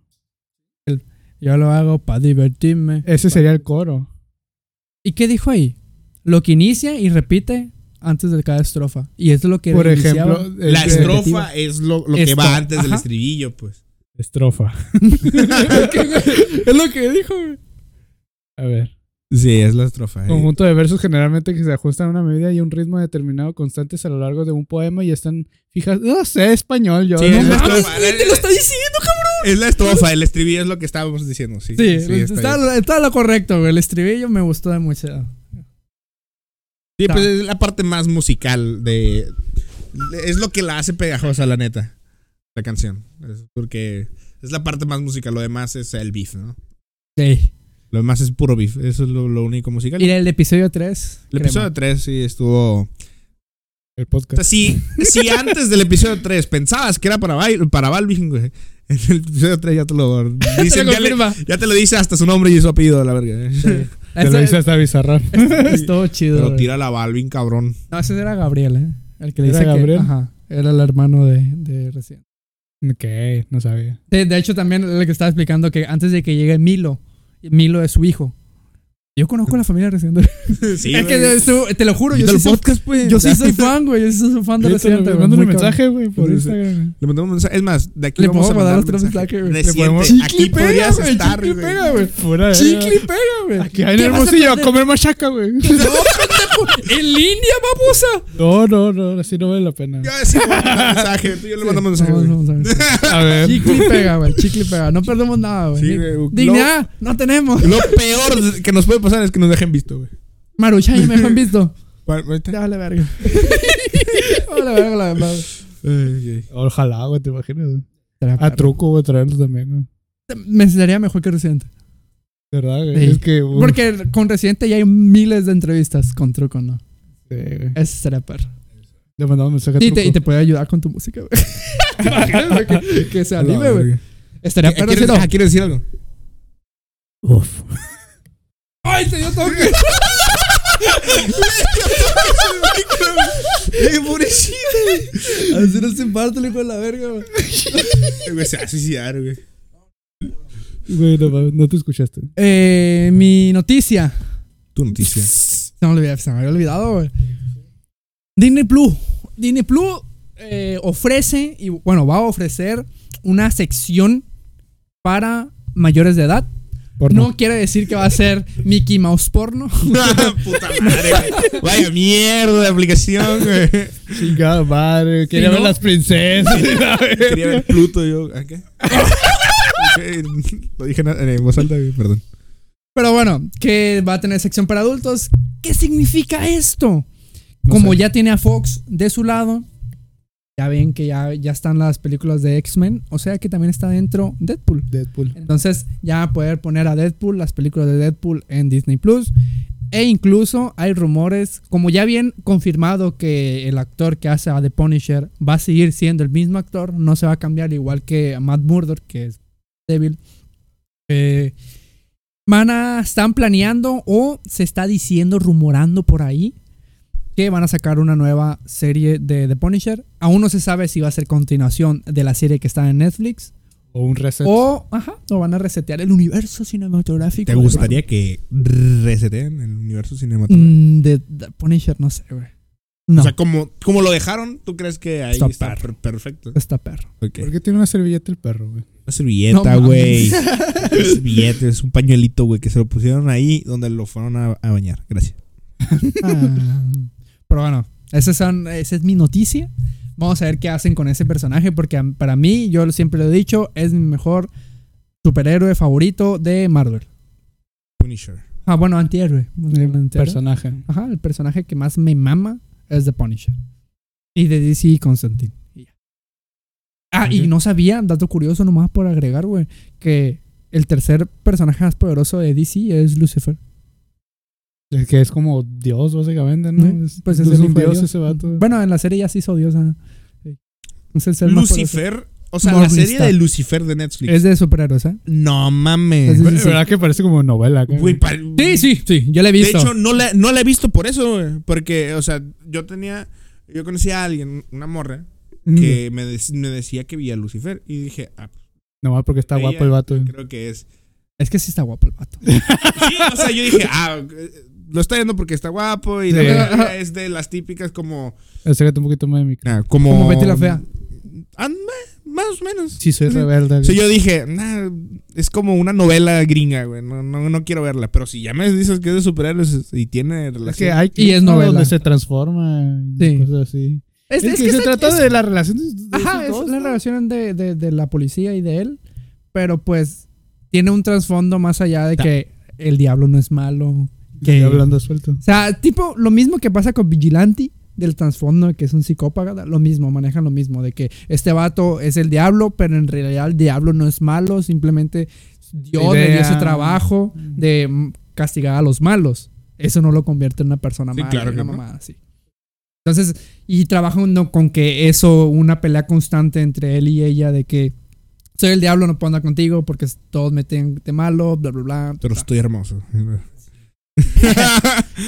Speaker 2: Yo lo hago para divertirme.
Speaker 1: Ese sería el coro.
Speaker 2: ¿Y qué dijo ahí? Lo que inicia y repite antes de cada estrofa. Y esto es lo que
Speaker 1: Por
Speaker 2: iniciaba.
Speaker 1: ejemplo, es
Speaker 3: La
Speaker 1: de-
Speaker 2: estrofa.
Speaker 3: estrofa es lo, lo que
Speaker 2: Esto,
Speaker 3: va antes del
Speaker 2: ajá.
Speaker 3: estribillo, pues.
Speaker 1: Estrofa.
Speaker 2: es lo que dijo. güey.
Speaker 1: A ver.
Speaker 3: Sí, es la estrofa. eh.
Speaker 1: Conjunto de versos generalmente que se ajustan a una medida y un ritmo determinado constantes a lo largo de un poema y están fijas. No sé español, yo.
Speaker 3: Sí,
Speaker 1: ¿no?
Speaker 3: es la
Speaker 2: Mames,
Speaker 3: estrofa.
Speaker 2: güey, te lo está diciendo, cabrón.
Speaker 3: Es la estrofa, el estribillo es lo que estábamos diciendo, sí.
Speaker 2: Sí,
Speaker 3: está
Speaker 2: está,
Speaker 3: bien.
Speaker 2: lo- está lo correcto, güey. El estribillo me gustó de mucho.
Speaker 3: Sí, pues es la parte más musical de... Es lo que la hace pegajosa, la neta. La canción. Es porque es la parte más musical, lo demás es el beef, ¿no?
Speaker 2: Sí.
Speaker 3: Lo demás es puro beef, eso es lo, lo único musical.
Speaker 2: Y el episodio 3.
Speaker 3: el episodio 3 sí estuvo...
Speaker 1: El
Speaker 3: O sea,
Speaker 1: podcast.
Speaker 3: si, si antes del episodio 3 pensabas que era para, Bai- para Balvin, güey, en el episodio 3 ya te lo dicen, ya, le- ya te lo dice hasta su nombre y su apellido, la verga. ¿eh?
Speaker 1: Te lo hice hasta bizarrar.
Speaker 2: Estuvo chido.
Speaker 3: Pero
Speaker 2: güey.
Speaker 3: tira la Balvin, cabrón.
Speaker 2: No, ese era Gabriel, ¿eh? El que le
Speaker 1: ¿Era
Speaker 2: dice
Speaker 1: Gabriel?
Speaker 2: que ajá, era el hermano de, de recién.
Speaker 1: Ok, no sabía.
Speaker 2: De, de hecho, también el que estaba explicando que antes de que llegue Milo, Milo es su hijo. Yo conozco a la familia recién.
Speaker 3: Sí,
Speaker 2: es que estuvo- te lo juro, yo
Speaker 3: Quita
Speaker 2: sí,
Speaker 3: el
Speaker 2: soy,
Speaker 3: podcast, pues.
Speaker 2: yo sí soy fan, güey. Yo sí soy fan de
Speaker 1: Yo te
Speaker 2: recién.
Speaker 1: te mando un mensaje, güey, por
Speaker 3: Sí, sí.
Speaker 1: Instagram.
Speaker 3: Le mandamos un mensaje. Es más, de aquí
Speaker 2: Le
Speaker 3: vamos a
Speaker 2: podemos
Speaker 3: mandar
Speaker 2: mandar
Speaker 3: un
Speaker 2: otro
Speaker 3: mensaje.
Speaker 2: mensaje, güey. Le
Speaker 3: Reciente.
Speaker 1: podemos-
Speaker 3: Aquí
Speaker 2: Chicle pega,
Speaker 3: podrías
Speaker 2: güey.
Speaker 3: estar,
Speaker 2: Chicle
Speaker 3: güey.
Speaker 2: pega, güey.
Speaker 1: Fuera de-
Speaker 2: Chicle pega, güey.
Speaker 1: Aquí en
Speaker 2: ¿Qué vas a
Speaker 1: Hermosillo a
Speaker 2: perder?
Speaker 1: comer machaca, güey.
Speaker 2: En línea, babosa.
Speaker 1: No, no, no, así no vale la pena.
Speaker 3: Yo sí le mando un mensaje. Tú y yo le mandamos un mensaje.
Speaker 2: Vamos,
Speaker 3: güey.
Speaker 2: vamos a ver.
Speaker 1: A ver.
Speaker 2: Chicle pega, güey. Chicle pega. No perdemos nada, güey.
Speaker 3: Sí, güey.
Speaker 2: Dignidad, no tenemos.
Speaker 3: Lo peor que nos puede pasar es que nos dejen visto, güey.
Speaker 2: Maruchan y me han visto.
Speaker 3: Pa- ahorita.
Speaker 2: Ya vale verga. vale verga la verdad.
Speaker 3: Ay, ay.
Speaker 1: Ojalá, güey, te imaginas. güey. A truco, güey, traerlos también, güey.
Speaker 2: Me sería mejor que Residente.
Speaker 1: De verdad, güey.
Speaker 2: Sí.
Speaker 1: Es que. uh, uf,
Speaker 2: Porque con Residente ya hay miles de entrevistas con Truco, ¿no?
Speaker 1: sí, güey.
Speaker 2: Ese sería perro.
Speaker 1: Le mandamos mensaje a
Speaker 2: Y te, y
Speaker 1: Truco.
Speaker 2: te puede ayudar con tu música, güey. Imagínate que, que se anime,
Speaker 3: La
Speaker 2: güey.
Speaker 3: verga.
Speaker 2: Estaría
Speaker 3: Ah,
Speaker 2: perro si
Speaker 3: ¿Quieres
Speaker 2: no.
Speaker 3: ah, ¿quieres decir algo?
Speaker 1: Uf.
Speaker 2: ¡Ay, se dio toque!
Speaker 3: ¡Eh, pobrecito!
Speaker 2: Así no se imparte, le con la verga, güey.
Speaker 3: Eh, Güey, se va a suicidar, güey.
Speaker 1: Güey, no, mames, no te escuchaste.
Speaker 2: Eh, mi noticia.
Speaker 3: Tu noticia.
Speaker 2: Se me, olvidó, se me había olvidado, güey. Disney Plus. Disney Plus eh, ofrece, y bueno, va a ofrecer una sección para mayores de edad.
Speaker 1: Porno.
Speaker 2: No quiere decir que va a ser Mickey Mouse porno.
Speaker 3: Puta madre, güey. Vaya mierda de aplicación, güey.
Speaker 1: Chingada madre, quería
Speaker 2: ¿no?
Speaker 1: ver las princesas.
Speaker 3: Quería ver Pluto yo. ¿A qué? Lo dije en, en voz alta, güey, perdón.
Speaker 2: Pero bueno, que va a tener sección para adultos. ¿Qué significa esto? Como
Speaker 1: sé.
Speaker 2: ya tiene a Fox de su lado, ya ven que ya, ya están las películas de X-Men. O sea que también está dentro Deadpool.
Speaker 1: Deadpool.
Speaker 2: Entonces ya va a poder poner a Deadpool, las películas de Deadpool en Disney Plus. E incluso hay rumores, como ya bien confirmado que el actor que hace a The Punisher va a seguir siendo el mismo actor, no se va a cambiar igual que a Matt Murdock, que es débil. Eh, van a, están planeando o se está diciendo, rumorando por ahí, que van a sacar una nueva serie de The Punisher. Aún no se sabe si va a ser continuación de la serie que está en Netflix.
Speaker 1: O un reset.
Speaker 2: O, ajá, o van a resetear el universo cinematográfico.
Speaker 3: ¿Te
Speaker 2: de-
Speaker 3: gustaría que reseteen el universo cinematográfico?
Speaker 2: Mm, de, de Punisher, no sé, güey. Mm, No,
Speaker 3: O sea, como, como lo dejaron, ¿tú crees que ahí
Speaker 2: Está
Speaker 3: está,
Speaker 2: perro.
Speaker 3: per- perfecto?
Speaker 2: está perro.
Speaker 3: Ok.
Speaker 1: ¿Por qué tiene una servilleta el perro, güey?
Speaker 3: Una
Speaker 2: No
Speaker 3: servilleta,
Speaker 2: mames.
Speaker 3: güey. Una servilleta, es un pañuelito, güey, que se lo pusieron ahí donde lo fueron a, a bañar. Gracias.
Speaker 2: Ah. Pero bueno, esas son- esa es mi noticia. Vamos a ver qué hacen con ese personaje, porque a- para mí, yo siempre lo he dicho, es mi mejor superhéroe favorito de Marvel.
Speaker 3: Punisher.
Speaker 2: Ah, bueno, antihéroe. Antihéroe.
Speaker 1: Personaje.
Speaker 2: Ajá, el personaje que más me mama es The Punisher. Y de DC Constantine. Y ya. Ah, y
Speaker 1: Ok.
Speaker 2: no sabía, dato curioso nomás por agregar, güey, que el tercer personaje más poderoso de DC es Lucifer.
Speaker 1: El que es como Dios, básicamente, ¿no?
Speaker 2: Sí,
Speaker 1: Es-
Speaker 2: Pues
Speaker 1: es
Speaker 2: ese
Speaker 1: un
Speaker 2: fue
Speaker 1: dios ese vato.
Speaker 2: Bueno, en la serie ya se hizo Dios. ah. Es el ser más poderoso.
Speaker 3: Lucifer. O sea, la
Speaker 2: Morningstar.
Speaker 3: serie de Lucifer de Netflix.
Speaker 2: Es de superhéroes, ¿eh?
Speaker 3: No
Speaker 2: Es
Speaker 3: mames.
Speaker 2: de-
Speaker 1: Güey, ¿Verdad que parece como novela? güey?
Speaker 3: Güey, pa-
Speaker 2: Sí, sí, sí. Yo la he
Speaker 3: De
Speaker 2: visto.
Speaker 3: hecho, no la, no la he visto por eso, güey, Porque, o sea, yo tenía. Yo conocía a alguien, una morra,
Speaker 2: Mm.
Speaker 3: que me, dec- me decía que veía a Lucifer. Y dije, ah,
Speaker 1: Nomás porque está
Speaker 3: Ella-
Speaker 1: guapo el vato. güey.
Speaker 3: creo que es.
Speaker 2: Es que sí está guapo el vato.
Speaker 3: Sí, o sea, yo dije, ah, eh, lo está viendo porque está guapo. Y la
Speaker 1: Sí.
Speaker 3: verdad es de las típicas como.
Speaker 1: Acércate un poquito más de mi cara.
Speaker 3: ah, como.
Speaker 2: Como Betty la Fea.
Speaker 3: Ah, ma- más o menos.
Speaker 1: Sí, soy rebelde.
Speaker 3: Sí,
Speaker 1: güey.
Speaker 3: yo dije, nah, es como una novela gringa, güey. No, no, no quiero verla. Pero si ya me dices que es de superhéroes y tiene
Speaker 1: Es que
Speaker 3: relación.
Speaker 1: hay
Speaker 2: Y es
Speaker 1: clips, ¿no?
Speaker 2: novela.
Speaker 1: donde se transforma y
Speaker 2: Sí.
Speaker 1: cosas así. Es, que, se
Speaker 2: es-
Speaker 1: trata
Speaker 2: es-
Speaker 1: de la relación de, de esos
Speaker 2: Ajá, es
Speaker 1: dos,
Speaker 2: la
Speaker 1: ¿no?
Speaker 2: relación de, de- de la policía y de él. Pero pues tiene un trasfondo más allá de
Speaker 1: Ta-
Speaker 2: que el diablo no es malo.
Speaker 1: Estoy hablando suelto.
Speaker 2: O sea, tipo lo mismo que pasa con Vigilante del trasfondo que es un psicópata, lo mismo, manejan lo mismo, de que este vato es el diablo, pero en realidad el diablo no es malo, simplemente Dios le
Speaker 1: Idea.
Speaker 2: dio ese trabajo de mm, castigar a los malos. Eso no lo convierte en una persona
Speaker 3: Sí,
Speaker 2: mala,
Speaker 3: claro
Speaker 2: en
Speaker 3: que
Speaker 2: una
Speaker 3: no.
Speaker 2: mamada así. Entonces, y trabajan no, con que eso, una pelea constante entre él y ella de que soy el diablo, no puedo andar contigo porque todos me tienen de malo, bla, bla, bla.
Speaker 3: Pero estoy hermoso.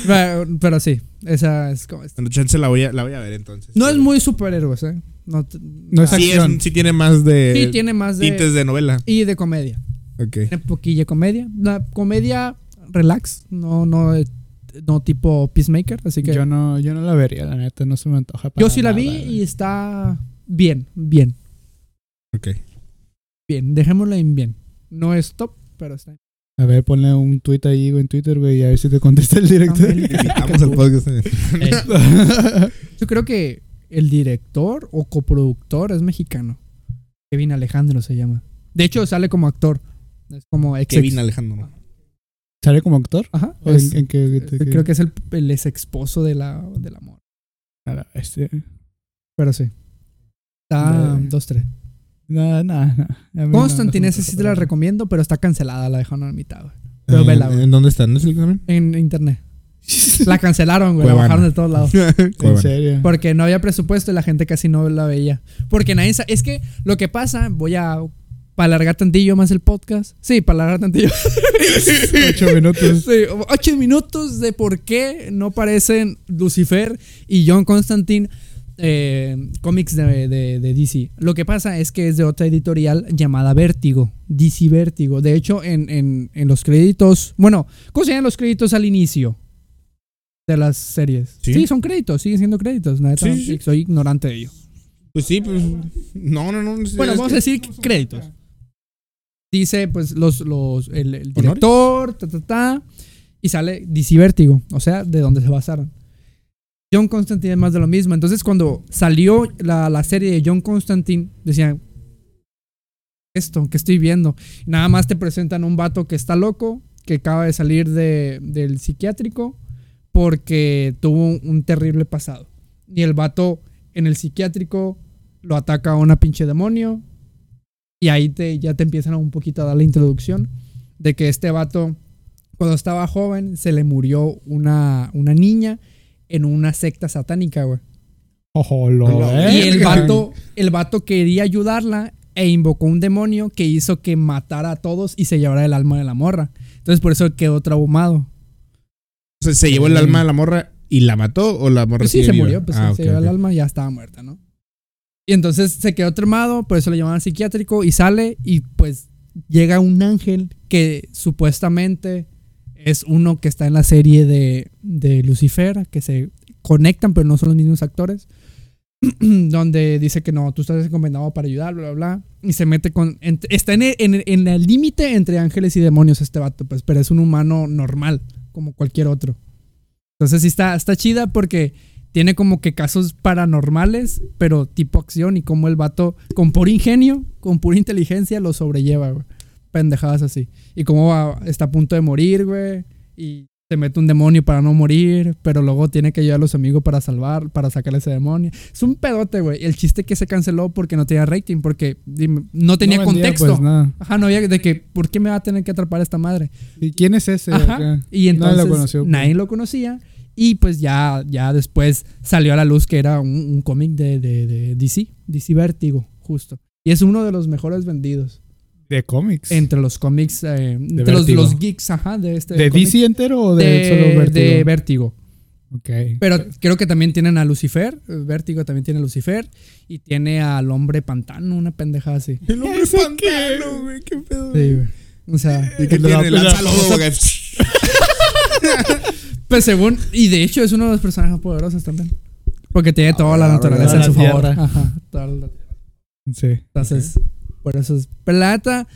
Speaker 2: Pero, pero sí, esa es como...
Speaker 3: Bueno, chance la voy a, la voy a ver entonces.
Speaker 2: No es muy superhéroes, ¿eh? No, t-
Speaker 1: No es
Speaker 3: Sí, es-
Speaker 1: acción.
Speaker 3: sí tiene más de.
Speaker 2: sí, tiene más de...
Speaker 3: eh, tintes de novela.
Speaker 2: Y de comedia.
Speaker 3: Ok.
Speaker 2: Tiene poquilla de comedia. La comedia relax, no, no, eh, no tipo Peacemaker, así que...
Speaker 1: Yo no, yo no la vería, la neta, no se me antoja. para
Speaker 2: Yo sí la
Speaker 1: nada,
Speaker 2: vi
Speaker 1: güey.
Speaker 2: y está bien, bien,
Speaker 3: Ok.
Speaker 2: bien. Dejémosla en bien. No es top, pero está
Speaker 1: A ver, ponle un tweet ahí güey, en Twitter, güey, y a ver si te contesta el director.
Speaker 3: Vamos al podcast.
Speaker 2: bien. Yo creo que el director o coproductor es mexicano. Kevin Alejandro se llama. De hecho, sale como actor. Es como ex.
Speaker 3: Kevin Alejandro.
Speaker 1: ¿Sale como actor?
Speaker 2: Ajá.
Speaker 1: ¿O
Speaker 2: es-
Speaker 1: en, en qué-
Speaker 2: es-
Speaker 1: qué- qué-
Speaker 2: Eh, creo que es el, el ex esposo de la, del amor.
Speaker 1: A la bestia.
Speaker 2: Pero sí. Está
Speaker 1: Vale.
Speaker 2: 2-3.
Speaker 1: Nada, nada, nada. A mí no,
Speaker 2: Constantine,
Speaker 1: no se
Speaker 2: esa
Speaker 1: me
Speaker 2: sí te
Speaker 1: antoja
Speaker 2: la
Speaker 1: para
Speaker 2: recomiendo, pero está cancelada. La dejaron a la mitad, güey. Pero vela,
Speaker 3: Eh,
Speaker 2: güey.
Speaker 3: ¿En dónde está? ¿No es el también?
Speaker 2: En internet. La cancelaron, güey. La
Speaker 3: Cuevana.
Speaker 2: bajaron de todos lados.
Speaker 1: nada. En serio.
Speaker 2: Porque no había presupuesto y la gente casi no la veía. Porque nadie sa- Es que lo que pasa, voy a. Para alargar tantillo más el podcast. Sí, para alargar tantillo.
Speaker 1: Ocho minutos.
Speaker 2: Sí, eh, ocho minutos de por qué no parecen Lucifer y John Constantine eh, cómics de, de- de DC. Lo que pasa es que es de otra editorial llamada Vértigo, DC Vértigo. De hecho, en, en- en los créditos, bueno, ¿cómo se llaman los créditos al inicio? De las series.
Speaker 3: Sí.
Speaker 2: Sí, son créditos, siguen siendo créditos. La neta,
Speaker 3: Sí, sí, sí.
Speaker 2: Soy ignorante de ello.
Speaker 3: Pues sí, pues. No, no, no. no sé,
Speaker 2: Bueno,
Speaker 3: es
Speaker 2: vamos
Speaker 3: que-
Speaker 2: a decir créditos. Dice, pues, los, los, el, el
Speaker 3: ¿Honores?
Speaker 2: director, ta, ta, ta, y sale DC Vértigo, o sea, de donde se basaron. John Constantine es más de lo mismo. Entonces, cuando salió la, la serie de John Constantine, decían, esto que estoy viendo. Nada más te presentan un vato que está loco, que acaba de salir de, del psiquiátrico porque tuvo un, un terrible pasado. Y el vato en el psiquiátrico lo ataca a una pinche demonio. Y ahí te, ya te empiezan a un poquito a dar la introducción de que este vato, cuando estaba joven, se le murió una, una niña en una secta satánica, güey.
Speaker 1: Ojo, lo
Speaker 2: Y el
Speaker 1: ¿Eh? verga.
Speaker 2: vato, el vato quería ayudarla e invocó un demonio que hizo que matara a todos y se llevara el alma de la morra. Entonces por eso quedó traumado.
Speaker 3: O sea, se llevó el alma de la morra y la mató o la morra
Speaker 2: Pues sí,
Speaker 3: sigue
Speaker 2: se
Speaker 3: viva?
Speaker 2: murió, pues
Speaker 3: Ah,
Speaker 2: se
Speaker 3: ok,
Speaker 2: llevó el
Speaker 3: ok.
Speaker 2: alma y ya estaba muerta, ¿no? Y entonces se quedó traumado, por eso lo llevaban al psiquiátrico y sale y pues llega un ángel que supuestamente es uno que está en la serie de, de Lucifer, que se conectan pero no son los mismos actores, donde dice que no, tú estás recomendado para ayudar, bla, bla, bla, y se mete con... en- está en el en el- en el límite entre ángeles y demonios este vato, pues, pero es un humano normal, como cualquier otro. Entonces sí está, está chida porque tiene como que casos paranormales, pero tipo acción y como el vato con puro ingenio, con pura inteligencia lo sobrelleva, güey. Pendejadas así. Y cómo va- está a punto de morir, güey. Y se mete un demonio para no morir, pero luego tiene que ayudar a los amigos para salvar, para sacar ese demonio. Es un pedote, güey. El chiste que se canceló porque no tenía rating, porque dime, no tenía
Speaker 1: No vendía,
Speaker 2: contexto.
Speaker 1: pues, nada.
Speaker 2: Ajá, no había de que, ¿por qué me va a tener que atrapar esta madre?
Speaker 1: ¿Y quién es ese?
Speaker 2: Ajá.
Speaker 1: acá?
Speaker 2: Y
Speaker 1: Nadie lo
Speaker 2: entonces nadie lo,
Speaker 1: conoció, pues.
Speaker 2: conocía. Y pues ya, ya después salió a la luz que era un, un cómic de, de, de DC, DC Vértigo, justo. Y es uno de los mejores vendidos
Speaker 1: De cómics.
Speaker 2: entre los cómics, eh, entre los,
Speaker 1: Vértigo.
Speaker 2: los geeks, ajá, de este.
Speaker 1: ¿De
Speaker 2: cómic.
Speaker 1: DC entero o de,
Speaker 2: De,
Speaker 1: solo Vértigo?
Speaker 2: de Vértigo.
Speaker 1: ok.
Speaker 2: Pero creo que también tienen a Lucifer. eh, Vértigo también tiene a Lucifer. Y tiene al hombre pantano, una pendeja así.
Speaker 3: El hombre
Speaker 1: ¿Ese
Speaker 3: pantano, güey. Qué pedo.
Speaker 2: Sí, güey. O sea,
Speaker 3: ¿Y qué
Speaker 1: Le da-
Speaker 3: tiene?
Speaker 1: le da-
Speaker 3: Lanza lodo, güey.
Speaker 2: pues según. Y de hecho es uno de los personajes poderosos también. Porque tiene toda la
Speaker 3: la
Speaker 2: naturaleza en
Speaker 1: Ah, verdad,
Speaker 2: su
Speaker 1: la
Speaker 2: favor.
Speaker 1: tierra.
Speaker 2: Ajá, toda la-
Speaker 1: Sí.
Speaker 2: Entonces, por eso es plata.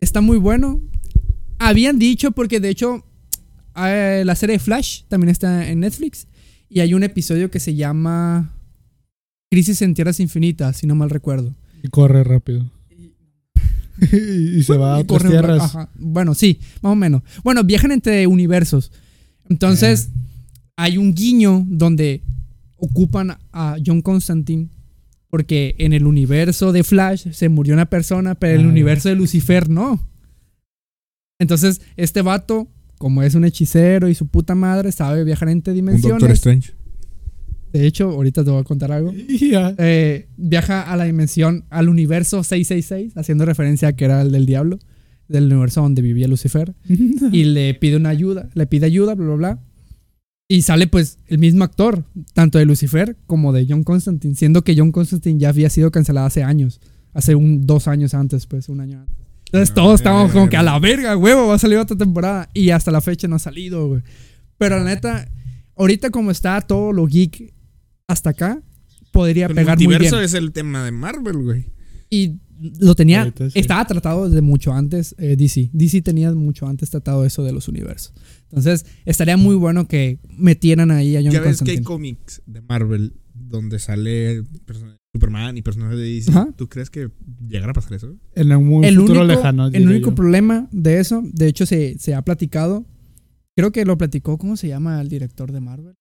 Speaker 2: Está muy bueno. Habían dicho, porque de hecho, eh, la serie de Flash también está en Netflix. Y hay un episodio que se llama Crisis en Tierras Infinitas, si no mal recuerdo.
Speaker 1: Y corre rápido. y, y se va a
Speaker 2: Y
Speaker 1: otras
Speaker 2: corren-
Speaker 1: tierras.
Speaker 2: ajá. Bueno, sí, más o menos. Bueno, viajan entre universos. Entonces, hay un guiño donde ocupan a John Constantine. Porque en el universo de Flash se murió una persona, pero en el
Speaker 1: Ah, ya.
Speaker 2: universo de Lucifer no. Entonces, este vato, como es un hechicero y su puta madre, sabe viajar entre
Speaker 3: Un Doctor
Speaker 2: dimensiones.
Speaker 3: Strange.
Speaker 2: De hecho, ahorita te voy a contar algo.
Speaker 1: Y ya.
Speaker 2: Eh, viaja a la dimensión, al universo 666, haciendo referencia a que era el del diablo, del universo donde vivía Lucifer, y le pide una ayuda, le pide ayuda, bla, bla, bla. Y sale pues el mismo actor, tanto de Lucifer como de John Constantine, siendo que John Constantine ya había sido cancelada hace años, hace un, dos años antes, pues un año antes.
Speaker 3: Ah,
Speaker 2: Entonces todos estábamos como que a la verga, huevo, va a salir otra temporada. Y hasta la fecha no ha salido, güey. Pero la neta, ahorita como está todo lo geek hasta acá, podría
Speaker 3: El
Speaker 2: pegar muy bien.
Speaker 3: multiverso es el tema de Marvel, güey.
Speaker 2: Y lo tenía,
Speaker 1: Ahorita sí.
Speaker 2: estaba tratado desde mucho antes eh, DC. DC tenía mucho antes tratado eso de los universos. Entonces, estaría muy bueno que metieran ahí a John
Speaker 3: Ya ves que hay
Speaker 2: Constantine.
Speaker 3: cómics de Marvel donde sale personaje- Superman y personajes de DC.
Speaker 2: Ajá.
Speaker 3: ¿Tú crees que llegará a pasar eso?
Speaker 1: En un
Speaker 2: el
Speaker 1: futuro
Speaker 2: único,
Speaker 1: lejano.
Speaker 2: el
Speaker 1: diría
Speaker 2: único
Speaker 1: yo.
Speaker 2: problema de eso, de hecho, se, se ha platicado. Creo que lo platicó, ¿cómo se llama el director de Marvel?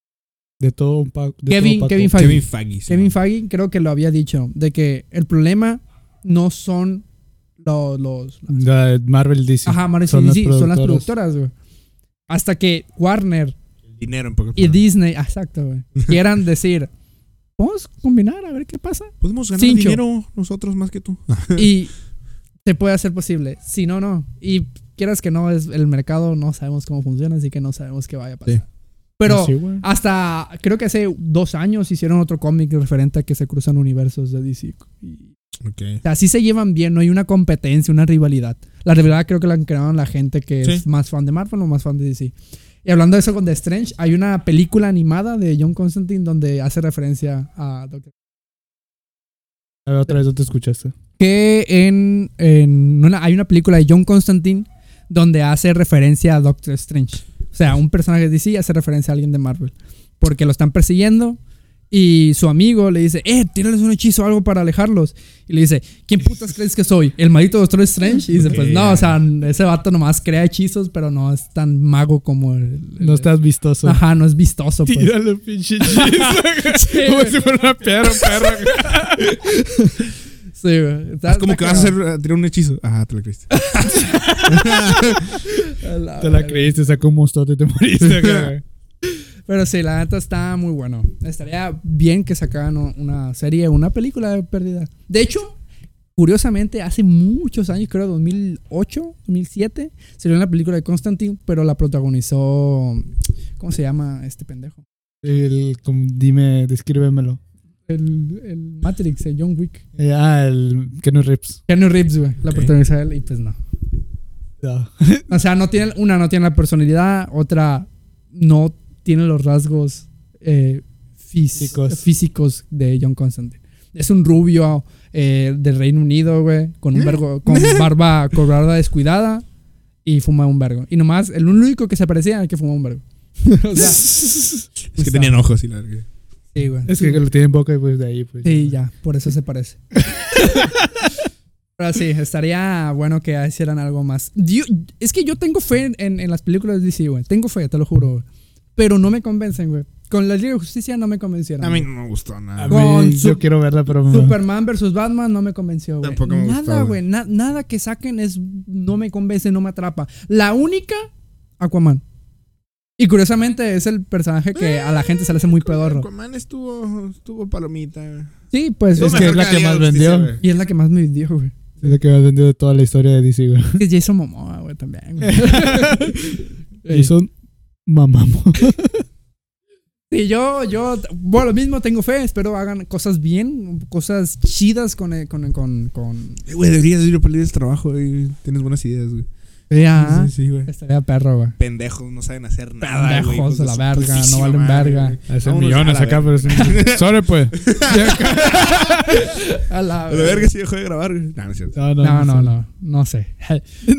Speaker 1: De todo un pa- de
Speaker 2: Kevin-
Speaker 1: todo Paco.
Speaker 2: Kevin Feige.
Speaker 3: Kevin Feige. sí,
Speaker 2: Kevin
Speaker 3: ¿no?
Speaker 2: Feige creo que lo había dicho, de que el problema no son los... los
Speaker 1: La de Marvel Ah, DC.
Speaker 2: ajá, Marvel
Speaker 1: Mm, son
Speaker 2: y
Speaker 1: las
Speaker 2: DC, son las
Speaker 1: productoras.
Speaker 2: productoras, güey. Hasta que Warner
Speaker 3: Dinero en pocas
Speaker 2: y
Speaker 3: palabras.
Speaker 2: Disney, ah, exacto, güey, quieran decir, vamos a combinar a ver qué pasa.
Speaker 3: Podemos ganar
Speaker 2: Cincho.
Speaker 3: dinero nosotros más que tú.
Speaker 2: Y se puede hacer posible. Si no, no. Y quieras que no, es el mercado no sabemos cómo funciona, así que no sabemos qué vaya a pasar.
Speaker 3: Sí.
Speaker 2: Pero
Speaker 1: Sí, güey.
Speaker 2: hasta creo que hace dos años hicieron otro cómic referente a que se cruzan universos de DC. Y-
Speaker 3: Ok.
Speaker 2: O sea, sí se llevan bien, no hay una competencia, una rivalidad. La rivalidad creo que la han creado la gente que es
Speaker 3: Sí.
Speaker 2: más fan de Marvel o más fan de DC. Y hablando de eso con The Strange, hay una película animada de John Constantine donde hace referencia a Doctor
Speaker 1: A ver, otra vez no te escuchaste.
Speaker 2: que en, en una- hay una película de John Constantine donde hace referencia a Doctor Strange. O sea, un personaje de DC hace referencia a alguien de Marvel. Porque lo están persiguiendo y su amigo le dice, eh, tírales un hechizo o algo para alejarlos. Y le dice, ¿quién putas crees que soy? ¿El maldito Doctor Strange? Y dice, pues
Speaker 3: Ok.
Speaker 2: no, o sea, ese vato nomás crea hechizos, pero no es tan mago como el...
Speaker 1: No estás vistoso.
Speaker 2: Ajá, no es vistoso. Pues.
Speaker 1: Tírale pinche chiste. Como si fuera una piedra, perro.
Speaker 2: Sí, güey. Está-
Speaker 3: Es como
Speaker 2: está
Speaker 3: que vas a hacer
Speaker 2: cagado.
Speaker 3: a tirar un hechizo. Ajá, te lo creíste.
Speaker 1: Te la creíste, sacó un monstruo y te moriste. güey.
Speaker 2: Pero sí, la neta está muy bueno. Estaría bien que sacaran u- una serie, una película de pérdida. De hecho, curiosamente, hace muchos años, creo 2008, 2007, salió una película de Constantine, pero la protagonizó. ¿Cómo se llama este pendejo?
Speaker 1: El, como, dime, descríbemelo.
Speaker 2: El, el Matrix, el John Wick.
Speaker 1: Eh, ah, el Kenny Rips.
Speaker 2: Keanu Reeves, güey. La
Speaker 3: Ok.
Speaker 2: protagonizó él y pues no. O sea, no tiene, una no tiene la personalidad, otra no tiene los rasgos eh, fis-
Speaker 1: Físicos.
Speaker 2: físicos. de John Constantine. Es un rubio eh, del Reino Unido, güey, con
Speaker 1: ¿Eh?
Speaker 2: un vergo, con barba cobrada descuidada y fuma un vergo. Y nomás, el único que se parecía era el que fumaba un vergo. o sea,
Speaker 3: es que tenían ojos y la verga.
Speaker 2: sí, güey.
Speaker 1: Es que lo tiene en boca y pues de ahí, pues.
Speaker 2: Sí, ya, por eso se parece. Pero sí, estaría bueno que hicieran algo más. Yo- es que yo tengo fe en, en- en las películas de DC, güey. Tengo fe, te lo juro, güey. Pero no me convencen, güey. Con la Liga de Justicia no me convencieron.
Speaker 3: A mí
Speaker 2: güey.
Speaker 3: no me gustó
Speaker 1: A
Speaker 3: nada.
Speaker 1: mí,
Speaker 2: Con
Speaker 1: yo
Speaker 2: su-
Speaker 1: quiero verla, pero. me-
Speaker 2: Superman versus Batman no me convenció, güey.
Speaker 3: Tampoco me gustó,
Speaker 2: Nada, güey.
Speaker 3: güey.
Speaker 2: na- nada que saquen es no me convence, no me atrapa. La única, Aquaman. Y curiosamente es el personaje que a la gente se le hace muy pedorro.
Speaker 3: Aquaman estuvo, estuvo palomita.
Speaker 2: Sí, pues.
Speaker 1: Es
Speaker 2: es-
Speaker 1: que es la que más vendió.
Speaker 2: y es la que más me dio, güey.
Speaker 1: Es lo que más vendido de toda la historia de DC, güey.
Speaker 2: Es Jason Momoa, güey, también. güey.
Speaker 1: Y son mamamos.
Speaker 2: Sí, yo, yo, bueno, lo mismo tengo fe, espero hagan cosas bien, cosas chidas con, eh, con, con, con...
Speaker 3: Eh, Güey, deberías ir a pedir el trabajo, güey. Tienes buenas ideas, güey.
Speaker 1: Ah.
Speaker 2: Ya,
Speaker 3: Sí, sí, güey.
Speaker 2: estaría perro, güey.
Speaker 3: Pendejos, no saben hacer nada, güey.
Speaker 2: Pendejos
Speaker 3: hijos
Speaker 2: de la
Speaker 3: su
Speaker 2: verga, no
Speaker 3: putísima
Speaker 2: valen
Speaker 3: madre,
Speaker 2: verga.
Speaker 3: güey.
Speaker 1: Hacen
Speaker 3: Vámonos
Speaker 1: millones
Speaker 3: a la
Speaker 1: acá,
Speaker 3: verga.
Speaker 1: pero sí. Sorry, pues.
Speaker 2: A la,
Speaker 3: A la verga sí dejó de grabar, güey. No, no es cierto.
Speaker 1: No, no,
Speaker 2: No, no, no, no sé.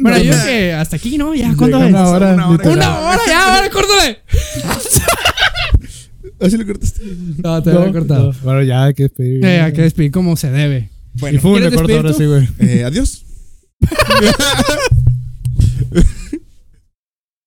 Speaker 2: Bueno, yo creo que hasta aquí, ¿no? Ya, ¿cuándo
Speaker 1: Llegó
Speaker 2: es?
Speaker 1: Una hora.
Speaker 3: Una hora.
Speaker 1: literal.
Speaker 2: Una hora, ya, ahora córtale.
Speaker 3: Así lo cortaste.
Speaker 2: No, te lo he
Speaker 1: No,
Speaker 2: cortado.
Speaker 1: no. Bueno, ya hay que despedir.
Speaker 2: Eh, hay que despedir como se debe.
Speaker 1: Y
Speaker 3: Bueno,
Speaker 1: fue un
Speaker 2: ¿Quieres
Speaker 1: recorte ahora sí,
Speaker 2: despedir
Speaker 1: güey.
Speaker 3: eh, adiós.